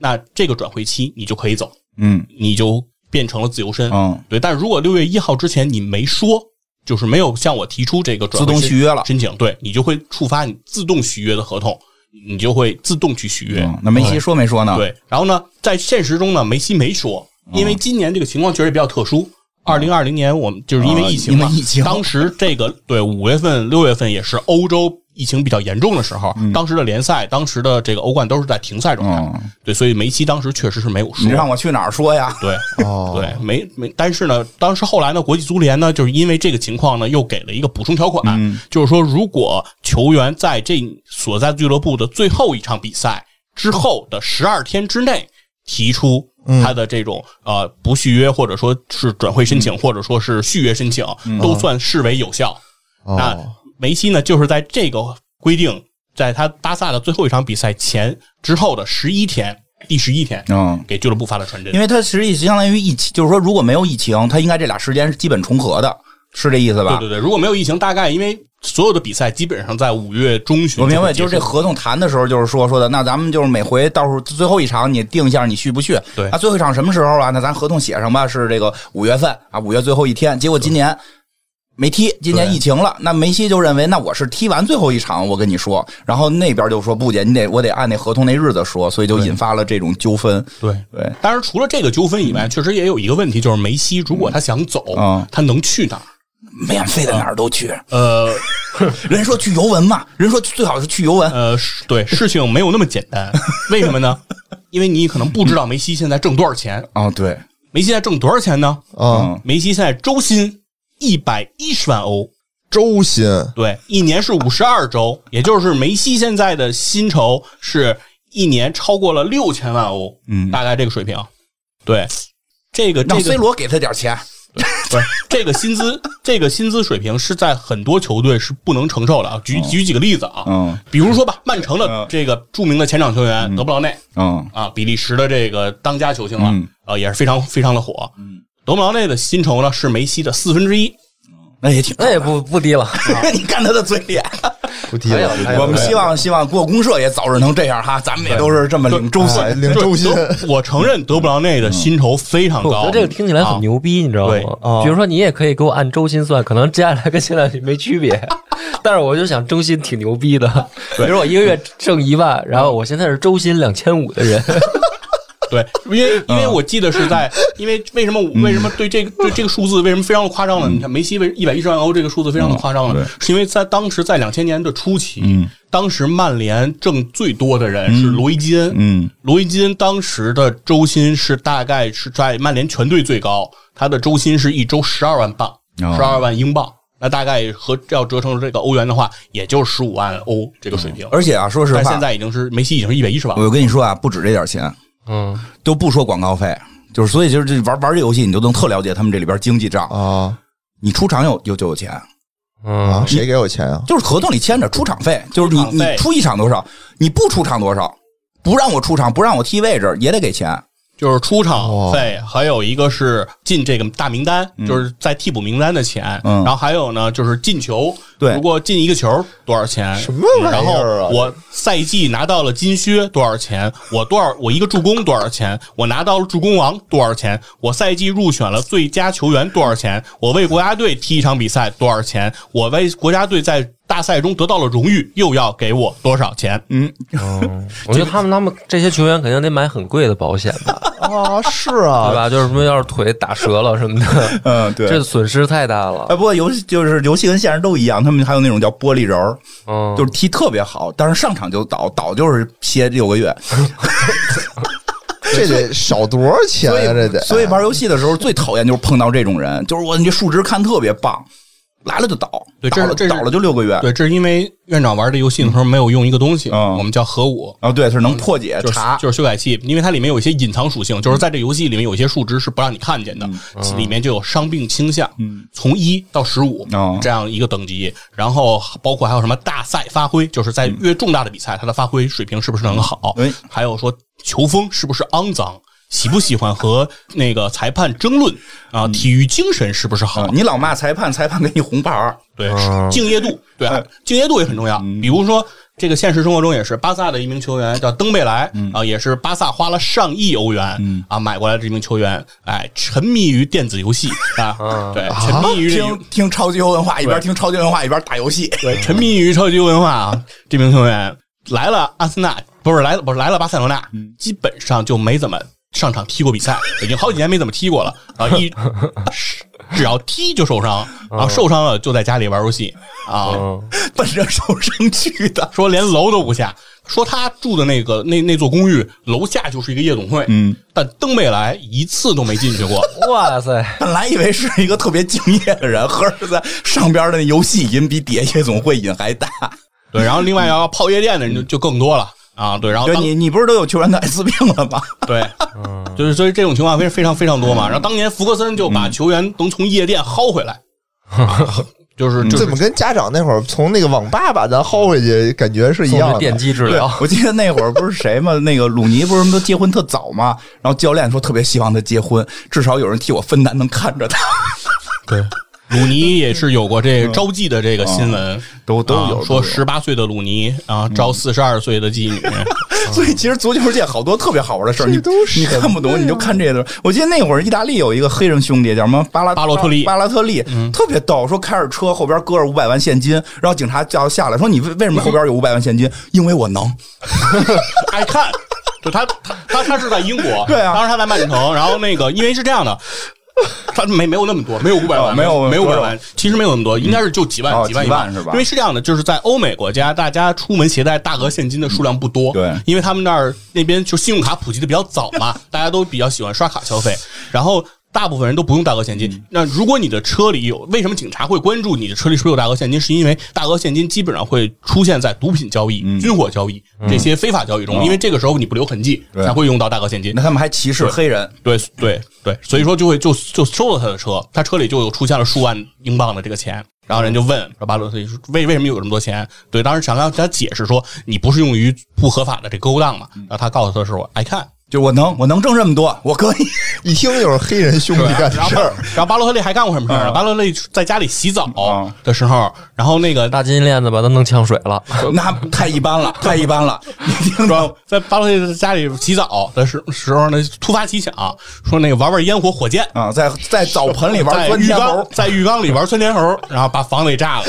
D: 那这个转会期你就可以走，
A: 嗯
D: 你就变成了自由身。
A: 嗯，
D: 对，但如果六月一号之前你没说，就是没有向我提出这个转会
A: 自动续约了
D: 申请，对你就会触发你自动续约的合同。你就会自动去许愿。
A: 嗯那梅西说没说呢？，
D: 对，然后呢，在现实中呢，梅西没说，
A: 嗯
D: 因为今年这个情况确实比较特殊。二零二零年我们就是因为疫情嘛，
A: 啊因为疫情
D: 当时这个对五月份、六月份也是欧洲疫情比较严重的时候，当时的联赛、当时的这个欧冠都是在停赛状态。
A: 嗯，
D: 对，所以梅西当时确实是没有
A: 你
D: 说。
A: 让我去哪儿说呀？
D: 对，
C: 哦，
D: 对，没没，但是呢，当时后来呢，国际足联呢，就是因为这个情况呢，又给了一个补充条款，
C: 嗯
D: 就是说，如果球员在这所在俱乐部的最后一场比赛之后的十二天之内提出
C: 嗯
D: 他的这种、呃不续约，或者说是转会申请，
C: 嗯
D: 或者说是续约申请，都算视为有效。那
C: 哦，
D: 梅西呢，就是在这个规定，在他巴萨的最后一场比赛前之后的十一天，第十一天，
C: 哦
A: 嗯，
D: 给俱乐部发了传真
A: 因。为它其实也相当于疫情，就是说如果没有疫情，它应该这俩时间是基本重合的，是这意思吧？
D: 对对对，如果没有疫情，大概因为所有的比赛基本上在五月中旬，
A: 我明白，就是这。合同谈的时候，就是说说的，那咱们就是每回到时候最后一场，你定一下你续不续？
D: 对
A: 啊，最后一场什么时候啊？那咱合同写上吧，是这个五月份啊，五月最后一天。结果今年没踢，今年
D: 对
A: 疫情了，那梅西就认为，那我是踢完最后一场，我跟你说，然后那边就说不姐，你得我得按那合同那日子说，所以就引发了这种纠纷。
D: 对，
A: 对，
D: 当然除了这个纠纷以外，确实也有一个问题，就是梅西如果他想走，
A: 嗯
D: 他能去哪儿？
A: 免费的哪儿都去，
D: 呃
A: 人说去尤文嘛，人说最好是去尤文。
D: 呃，是对，事情没有那么简 单。为什么呢？因为你可能不知道梅西现在挣多少钱。
A: 哦，对，
D: 梅西现在挣多少钱呢？
C: 嗯，
A: 嗯，
D: 梅西现在周薪一百一十万欧，
C: 周薪
D: 对，一年是五十二周，也就是梅西现在的薪酬是一年超过了六千万欧，
A: 嗯
D: 大概这个水平。对，这个
A: 让
D: 这
A: C
D: 个
A: 罗给他点钱。
D: 不是这个薪资，这个薪资水平是在很多球队是不能承受的啊。
A: 哦
D: 举举几个例子啊，
A: 嗯
D: 比如说吧，曼城的
A: 嗯
D: 这个著名的前场球员德布劳内
A: 嗯
D: 啊，比利时的这个当家球星了
A: 嗯，
D: 呃，也是非常非常的火。德布劳内的薪酬呢是梅西的四分之一，
A: 那也挺
B: 那也不不低了，
A: 你看他的嘴脸，
C: 不低
B: 还有
C: 了
B: 还，有
A: 我们希望希望过公社也早日能这样哈，咱们也都是这么领周嗯岁。
C: 哎领周薪，
D: 德我承认德布劳内的薪酬非常
B: 我
D: 高，
B: 觉得这个听起来
D: 啊
B: 很牛逼，你知道
D: 对
B: 吗？啊比如说，你也可以给我按周薪算，可能接下来跟现在没区别， 但是我就想周薪挺牛逼的。比如我一个月挣一万，然后我现在是周薪两千五的人，
D: 对，因为
A: 嗯
D: 因为我记得是在，因为为什么为什么对这个对这个数字为什么非常的夸张呢？你看梅西为一百一十万欧这个数字非常的夸张
A: 嗯
D: 了，是因为在当时在两千年的初期，当时曼联挣最多的人是罗伊基恩，
A: 嗯，
D: 罗伊基恩当时的周薪是大概是在曼联全队最高，他的周薪是一周十二万镑，
A: 哦
D: 十二万英镑。那大概和要折成这个欧元的话，也就十五万欧这个水平。
A: 而且啊，说实
D: 但现
A: 话，
D: 在已经是梅西已经是一百一十万了。
A: 我跟你说啊，不止这点钱，
B: 嗯，
A: 都不说广告费，就是所以就是这玩玩这游戏，你就能特了解他们这里边经济账。
C: 啊
A: 你出场有有就有钱，
C: 啊！
B: 嗯，
C: 谁给我钱啊？
A: 就是合同里签着出场费，就是你
D: 出场
A: 你
D: 费
A: 出一场多少，你不出场多少，不让我出场，不让我踢位置也得给钱。
D: 就是出场费，还有一个是进这个大名单，就是在替补名单的钱。
A: 嗯
D: 然后还有呢，就是进球，
A: 对
D: 如果进一个球多少钱？
C: 什么玩意
D: 然
C: 儿啊
D: 后我赛季拿到了金靴多少钱？我多少？我一个助攻多少钱？我拿到了助攻王多少钱？我赛季入选了最佳球员多少钱？我为国家队踢一场比赛多少钱？我为国家队在大赛中得到了荣誉又要给我多少钱？
B: 我觉得他们他们这些球员肯定得买很贵的保险吧，
C: 啊，是
B: 对
C: 啊，
B: 吧？就是什么要是腿打折了什么的，
A: 嗯，对
B: 这损失太大
A: 哎，
B: 了。
A: 不过游戏就是游戏跟现实都一样，他们还有那种叫玻璃人儿，
B: 嗯，
A: 就是踢特别好，但是上场就倒，倒就是歇六个 月。
C: 这得少多少钱
A: 所以
C: 啊？这得
A: 所以玩游戏的时候最讨厌就是碰到这种人，就是我你这数值看特别棒，来了就倒，
D: 对这
A: 倒
D: 是
A: 了
D: 这是
A: 倒了就六个月。
D: 对，这是因为院长玩这游戏的时候没有用一个东西，
A: 啊嗯
D: 我们叫核武。
A: 啊，对，是能破解
D: 嗯就是
A: 查，嗯
D: 就是修改器，因为它里面有一些隐藏属性，就是在这游戏里面有一些数值是不让你看见的，里面就有伤病倾向，
A: 嗯
D: 从一到十五、
A: 哦
D: 这样一个等级，然后包括还有什么大赛发挥，就是在越重大的比赛，它的发挥水平是不是能好，
A: 哎
D: 还有说球风是不是肮脏。喜不喜欢和那个裁判争论啊？
A: 嗯
D: 体育精神是不是好
A: 啊？你老骂裁判，裁判给你红牌儿，
D: 对，是敬业度，对啊，敬业度也很重要。比如说，这个现实生活中也是，巴萨的一名球员叫登贝莱啊，也是巴萨花了上亿欧元啊买过来这名球员，哎，沉迷于电子游戏啊，对，沉迷于这
A: 听听超级文化，一边听超级文化一边打游戏，
D: 对，沉迷于超级文化啊，这名球员。来了阿森纳，不是来了，不是来了巴塞罗那，基本上就没怎么上场踢过比 赛，已经好几年没怎么踢过了。啊， 一只要踢就受伤，然后受伤了就在家里玩游戏啊，
B: 嗯，
A: 奔着受伤去的。
D: 说连楼都不下。说他住的那个那那座公寓楼下就是一个夜总会，
A: 嗯，
D: 但登贝莱一次都没进 去过，
B: 哇塞，
A: 本来以为是一个特别敬业的人，合着在上边的那游戏瘾比底下夜总会瘾还大。
D: 对，然后另外要泡夜店的人就就更多了啊，对，然后
A: 对
D: 当
A: 你，你不是都有球员的艾滋病了吗？
D: 对，就是所以这种情况非非常非常多
A: 嗯
D: 嘛。然后当年福克森就把球员能从夜店薅回来，就是就
C: 怎
D: 是
C: 么跟家长那会儿从那个网吧把咱薅回去，感觉是一
B: 送
C: 样
B: 去
C: 的。
B: 电击治疗，
A: 我记得那会儿不是谁嘛，那个鲁尼不是都结婚特早嘛，然后教练说特别希望他结婚，至少有人替我分担，能看着他。
D: 对。鲁尼也是有过这招妓的这个新闻，
A: 嗯哦都都有
D: 啊
A: 都有嗯
D: 说十八岁的鲁尼啊招四十二岁的妓女，
A: 所以其实足球界好多特别好玩的事儿，你
C: 这都什
A: 你
C: 么呀
A: 看不懂，你就看这些东西。我记得那会儿意大利有一个黑人兄弟叫什么巴拉
D: 巴洛特利
A: 巴拉特利特别逗，说开着车后边搁着五百万现金，然后警察叫下来说你为为什么后边有五百万现金？因为我能。
D: 爱看。就他他他他是在英国，
A: 对啊
D: 当时他在曼城，然后那个因为是这样的。他没没有那么多，没有五百万，
A: 哦没有
D: 没有五
A: 多
D: 百
A: 少
D: 万，其实没有那么多，应该是就几万、
A: 哦
D: 几万
A: 几万是吧
D: 因为是这样的，就是在欧美国家，大家出门携带大额现金的数量不多，
A: 对
D: 因为他们那儿那边就信用卡普及的比较早嘛，大家都比较喜欢刷卡消费，然后大部分人都不用大额现金。那如果你的车里有，为什么警察会关注你的车里是不是有大额现金？是因为大额现金基本上会出现在毒品交易、军火交易这些非法交易中，因为这个时候你不留痕迹
A: 对
D: 才会用到大额现金
A: 那。他们还歧视黑人，
D: 对对对，所以说就会就就收了他的车，他车里就有出现了数万英镑的这个钱，然后人就问巴洛特利说为为什么有这么多钱？对，当时想让他解释说你不是用于不合法的这勾当嘛，
A: 嗯
D: 然后他告诉他是我 I can，
A: 就我能，我能挣这么多，我可以。
C: 一听就是黑人兄弟干的
D: 然后
C: 事儿，
D: 然后巴洛特利还干过什么事儿
A: 嗯
D: 呢？巴洛特利在家里洗澡
A: 嗯
D: 的时候，然后那个
B: 大金链子把他弄呛水了，
A: 那太一般了，太一般了。你听着，
D: 在巴洛特利家里洗澡的时时候呢，突发奇想说那个玩玩烟火火箭。
A: 啊，在在澡盆里玩
D: 在
A: 钻
D: 浴
A: 天
D: 缸
A: 猴，，
D: 在浴缸里玩窜天猴，然后把房子给炸了。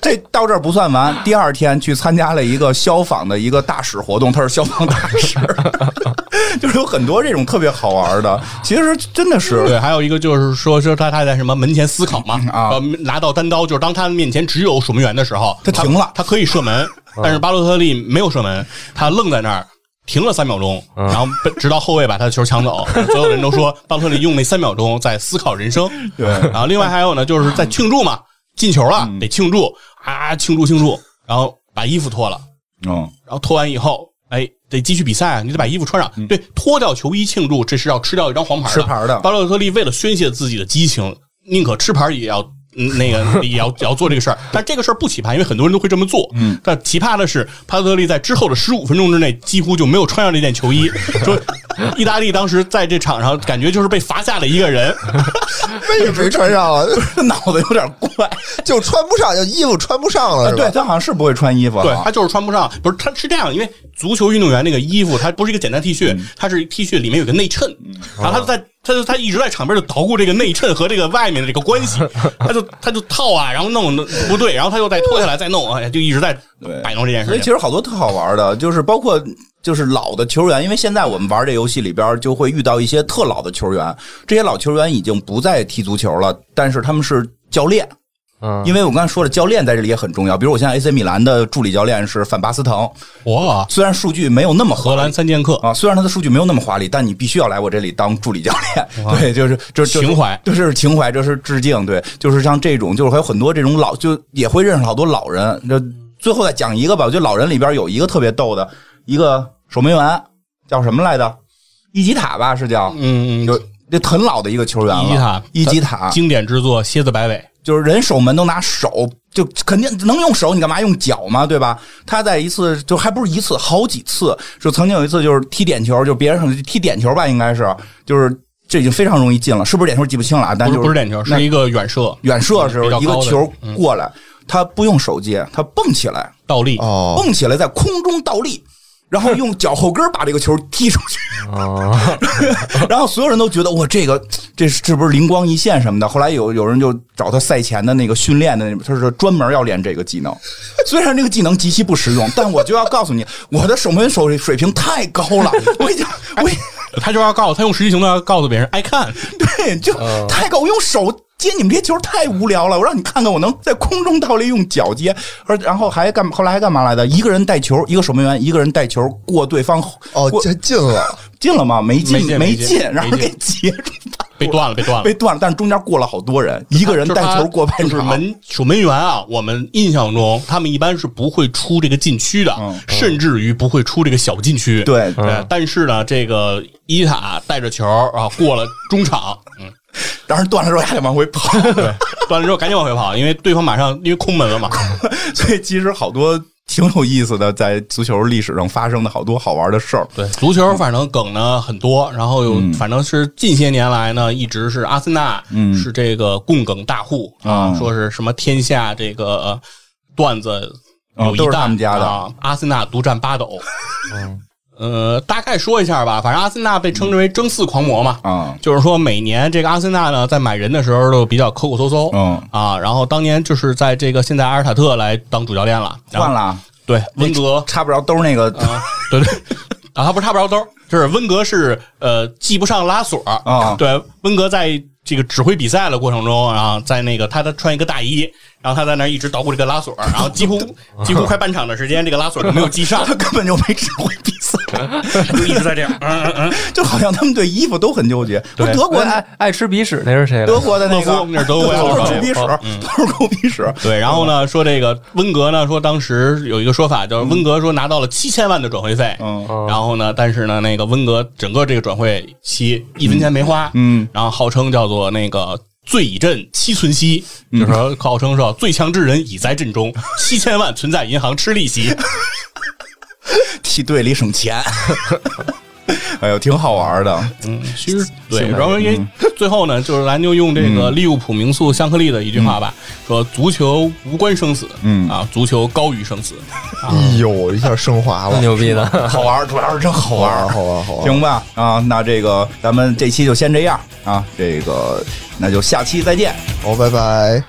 A: 这到这儿不算完。第二天去参加了一个消防的一个大使活动，他是消防大使， 就是有很多这种特别好玩的。其实真的是
D: 对，还有一个就是说，说他他在什么门前思考嘛，
A: 啊
D: 呃，拿到单刀，就是当他面前只有守门员的时候，
A: 他停了
D: 他可以射门，但是巴洛特利没有射门，他愣在那儿。停了三秒钟，然后被直到后卫把他的球抢走，所有人都说巴洛特利用那三秒钟在思考人生。
A: 对嗯
D: 然后另外还有呢，就是在庆祝嘛，进球了得庆祝啊，庆祝庆祝，然后把衣服脱了，
A: 嗯，
D: 然后脱完以后，哎，得继续比赛啊，你得把衣服穿上。
A: 嗯
D: 对，脱掉球衣庆祝，这是要吃掉一张黄牌的。啊
A: 吃牌的
D: 巴洛特利为了宣泄自己的激情，宁可吃牌也要。嗯那个也要也要做这个事儿，但这个事儿不奇葩，因为很多人都会这么做。嗯，但奇葩的是，巴洛特利在之后的十五分钟之内几乎就没有穿上这件球衣。说意大利当时在这场上感觉就是被罚下的一个人，
C: 为什么没穿上啊？
A: 脑子有点怪。
C: 就穿不上，就衣服穿不上了，是吧？
A: 对他好像是不会穿衣服，啊
D: 对他就是穿不上，不是他是这样，因为足球运动员那个衣服，它不是一个简单 T 恤，
A: 嗯
D: 它是 T 恤里面有个内衬，然后他
A: 哦
D: 在他就他一直在场边就捣鼓这个内衬和这个外面的这个 关系，他就他就套啊，然后弄弄不对，然后他又再脱下来再弄，哎呀，就一直在
A: 对
D: 摆弄这件
A: 所
D: 事
A: 以其
D: 情。
A: 实好多特好玩的，就是包括就是老的球员，因为现在我们玩这游戏里边就会遇到一些特老的球员，这些老球员已经不再踢足球了，但是他们是教练，
B: 嗯，
A: 因为我刚才说了，教练在这里也很重要。比如我现在 AC 米兰的助理教练是范巴斯滕，
D: 哇，
A: 虽然数据没有那么
D: 荷
A: 好。
D: 兰三剑客，
A: 啊，虽然他的数据没有那么华丽，但你必须要来我这里当助理教练。对，就是这这
D: 情怀
A: 这是情怀，这是致敬。对，就是像这种，就是还有很多这种老，就也会认识好多老人。就最后再讲一个吧，我觉得老人里边有一个特别逗的，一个守门员叫什么来着？伊吉塔吧，是叫
D: 嗯，
A: 就就很老的一个球员了。
D: 伊吉塔
A: 伊吉塔，
D: 经典之作《蝎子摆尾》，
A: 就是人守门都拿手，就肯定能用手，你干嘛用脚嘛，对吧？他在一次就还不是一次，好几次，就曾经有一次就是踢点球，就别人可能踢点球吧，应该是就是这已经非常容易进了，是不是点球记不清了啊？但
D: 不
A: 就是
D: 不是点球，
A: 那
D: 是一个远射
A: 远射时候
D: 嗯比较
A: 一个
D: 高的嗯
A: 球过来，他不用手接，他蹦起来，
D: 倒立，
C: 哦，
A: 蹦起来在空中倒立。然后用脚后跟儿把这个球踢出 去，
B: 嗯
A: 然后所有人都觉得哇，这个这是不是灵光一现什么的？后来有有人就找他赛前的那个训练的那种，他说专门要练这个技 能。虽然这个技能极其不实用，但我就要告诉你，我的守门手水平太高了，我已 经我已
D: 他就要告诉他用实际行动要告诉别人 ，I can，
A: 对就
D: 嗯
A: 太高，我用手接你们这些球太无聊了，我让你看看我能在空中倒立用脚接，而然后还干后来还干嘛来的？一个人带球，一个守门员，一个人带球过对方
C: 哦
A: 过，
C: 这进了，
A: 进了吗？没进，
D: 没进没进
A: 进，然后
D: 没
A: 给
D: 进
A: 截住了，
D: 被断了，被断了
A: 被。断了。但是中间过了好多 人，一个人带球过半
D: 就是
A: 场，
D: 门守门员啊，我们印象中他们一般是不会出这个禁区的，
A: 嗯
D: 甚至于不会出这个小禁区。
A: 对
D: 呃但是呢，这个伊塔带着球啊过了中场， 嗯，
A: 然后断了之后还得往回跑。
D: 断了之后赶紧往回跑，因为对方马上因为空门了嘛。
A: 所以其实好多挺有意思的，在足球历史上发生的好多好玩的事儿。
D: 对，足球反正梗呢很多，然后
A: 嗯
D: 有、反正是近些年来呢，一直是阿森纳、是这个供梗大户啊，
A: 嗯
D: 说是什么天下这个呃段子
A: 嗯
D: 有一
A: 都是
D: 大
A: 他们家的
D: 啊，阿森纳独占八斗。呃，大概说一下吧，反正阿森纳被称之为争四狂魔嘛，
A: 啊，
D: 就是说每年这个阿森纳呢，在买人的时候都比较抠抠搜搜，
A: 嗯
D: 啊，然后当年就是在这个现在阿尔塔特来当主教练了，然后
A: 换了啊，
D: 对温格
A: 插不着兜儿那个
D: 啊，对 对，啊，他不是插不着兜儿，就是温格是呃系不上拉锁儿
A: 啊
D: 对，温格在这个指挥比赛的过程中，然后在那个他他穿一个大衣，然后他在那儿一直捣鼓这个拉锁儿，然后 几乎几乎快半场的时间，这个拉锁儿就没有系上
A: 他， 根本就没指挥比赛，
D: 就一直在 这样，嗯嗯嗯，
A: 就好像他们对衣服都很纠结。不是
C: 哎
D: 对
A: 德国
B: 爱爱吃鼻屎那是谁来着？
A: 德国的那
D: 勒夫
A: 个，
D: 那是德国呀
A: 都是
D: 勒
A: 狗
D: 夫
A: 鼻屎，
C: 嗯
A: 都是狗鼻屎。
D: 对，然后呢说这个温格呢说当时有一个说法，就是温格说拿到了七千万的转会费，
A: 嗯
B: 嗯
D: 然后呢，但是呢，那个温格整个这个转会期一分钱没花，
A: 嗯，
D: 然后号称叫做那个最以阵七存息，
A: 嗯
D: 就是说号称是吧最强之人已在 阵中，七千万存在银行吃利息。
A: 替队里省钱。 哎呦，挺好玩的。
D: 嗯，其实对，
A: 行吧嗯
D: 然后因为最后呢，就是咱就用这个利物浦名宿香克利的一句话吧，说足球无关生死，
A: 嗯
D: 啊，足球高于生死。
C: 哎呦，一下升华
B: 挺
C: 了，
B: 牛逼的，
A: 好玩儿，主要是真好
C: 嗯好
A: 玩
C: 玩
A: 儿。
C: 好玩好玩。
A: 行吧，啊，那这个咱们这期就先这样啊，这个那就下期再见。
C: 哦好，拜拜。